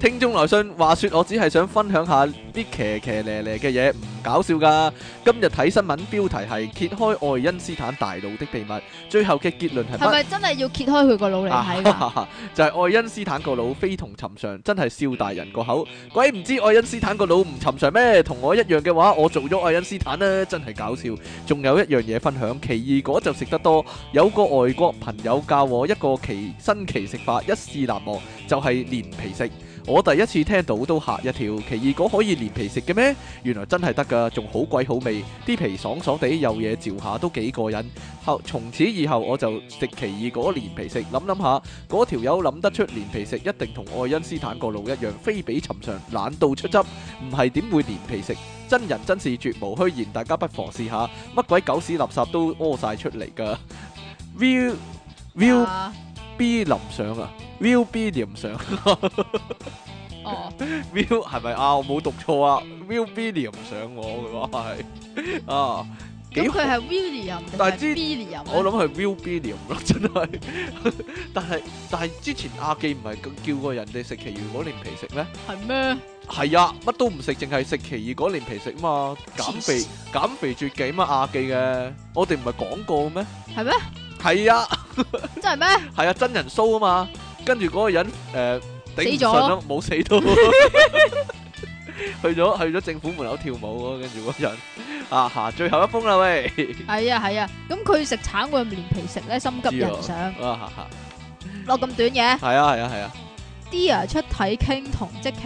聽眾來信，話說我只係想分享下啲騎騎咧咧嘅嘢，唔搞笑噶。今日睇新聞標題係揭開愛因斯坦大腦的秘密，最後嘅結論係
係
乜？
咪真係要揭開佢個
À.
腦嚟睇 㗎？
啊就係愛因斯坦個腦非同尋常，真係笑大人個口。鬼唔知愛因斯坦個腦唔尋常咩？同我一樣嘅話，我做咗愛因斯坦啦，真係搞笑。仲有一樣嘢分享，奇異果就食得多。有個外國朋友教我一個奇新奇食法，一試難忘，就係、連皮食。我第一次聽到都嚇一跳，奇異果可以連皮食嘅咩？原來真係得㗎，仲好鬼好味，啲皮爽爽地，有嘢嚼下都幾過癮。後從此以後我就食奇異果連皮食，諗諗下嗰條友諗得出連皮食一定同愛因斯坦個腦一樣非比尋常，懶到出汁，唔係點會連皮食？真人真事絕無虛言，大家不妨試下，乜鬼狗屎垃圾都屙晒出 嚟㗎。Will Will
啊
B 淋上啊，Will B 淋上
哦，
，Will 係咪啊？我冇讀錯啊，Will B 淋上我嘅話係啊，幾
咁
好
佢係 William 定
但
係
係之
William？
我諗係 Will Billiam 咯，真係。 但係但係之前阿記唔係叫過人哋食奇異果連皮食咩？
係咩？
係啊，乜都唔食，淨係食奇異果連皮食嘛，減肥
黐
減肥絕技嘛，阿記嘅。我哋唔係講過咩？
係咩？
係啊，
真係咩？
係啊，真人 show 啊嘛。跟住嗰個人誒頂唔
死咗
順啦，冇死到。去咗 去咗政府門口跳舞咯，跟住嗰人啊下最後一封啦喂，
係啊係啊，咁佢食橙會唔會連皮食咧，心急人上，
啊下
落咁短嘅。
下係啊係啊係啊，
Dear 出體傾同即期，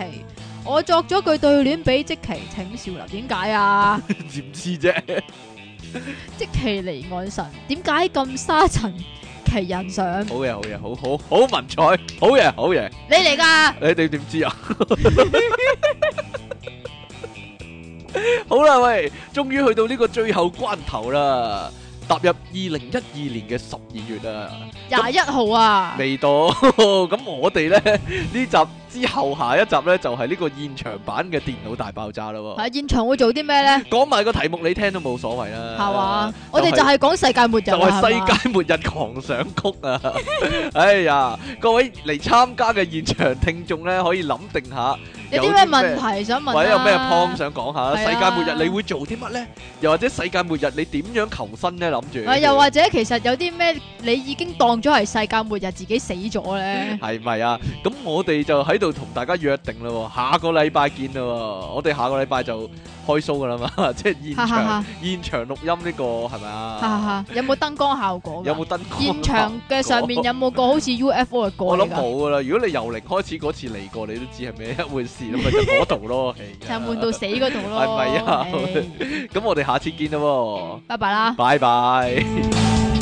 我作咗句對聯俾即期，請笑流。點解啊？
點知啫？
即期離岸神，點解咁沙塵其人上？
好嘢，好嘢，好好好文采，好嘢，好嘢，
你嚟㗎？
你哋點知啊？ 好啦，喂，終於去到呢個最後關頭啦，踏入二零一二年嘅十二月啦，
廿一號啊！
未到， 咁我哋呢，呢集之後下一集呢，就係呢個現場版嘅電腦大爆炸啦喎，
喺現場會做啲咩咧？
講埋個題目你聽都冇所謂啦，
係嘛？我哋
啊係
就係講世界末日
就
啦，係嘛
係世界末日狂想曲啊！ 哎呀，各位嚟參加嘅現場聽眾咧，可以諗定下
有啲咩問題想問啊
或者有咩 point 想講下啦
係
世
啊
界末日你會做啲乜咧？又或者世界末日你點樣求生咧？諗住
啊又或者其實有啲咩你已經當咗係世界末日，自己死咗咧？
係咪啊？咁我哋就喺喺度同大家約定啦喎，下個禮拜見啦喎，我哋下個禮拜就開 show 噶啦嘛， 即係現
哈哈哈
場現場錄音呢個係咪
哈哈
啊？
哈，有冇燈光效果㗎？
有冇燈光？啊
現場嘅上面有冇個好似 UFO 嘅
我
過
諗
嚟㗎？
冇噶啦，如果你由零開始嗰次嚟過，你都知係咩一回事啦，咪就嗰度咯。係
就
啊
悶到死嗰度咯。
係咪啊
唉
咁我哋下次見啦喎，
啊拜拜啦。
拜拜。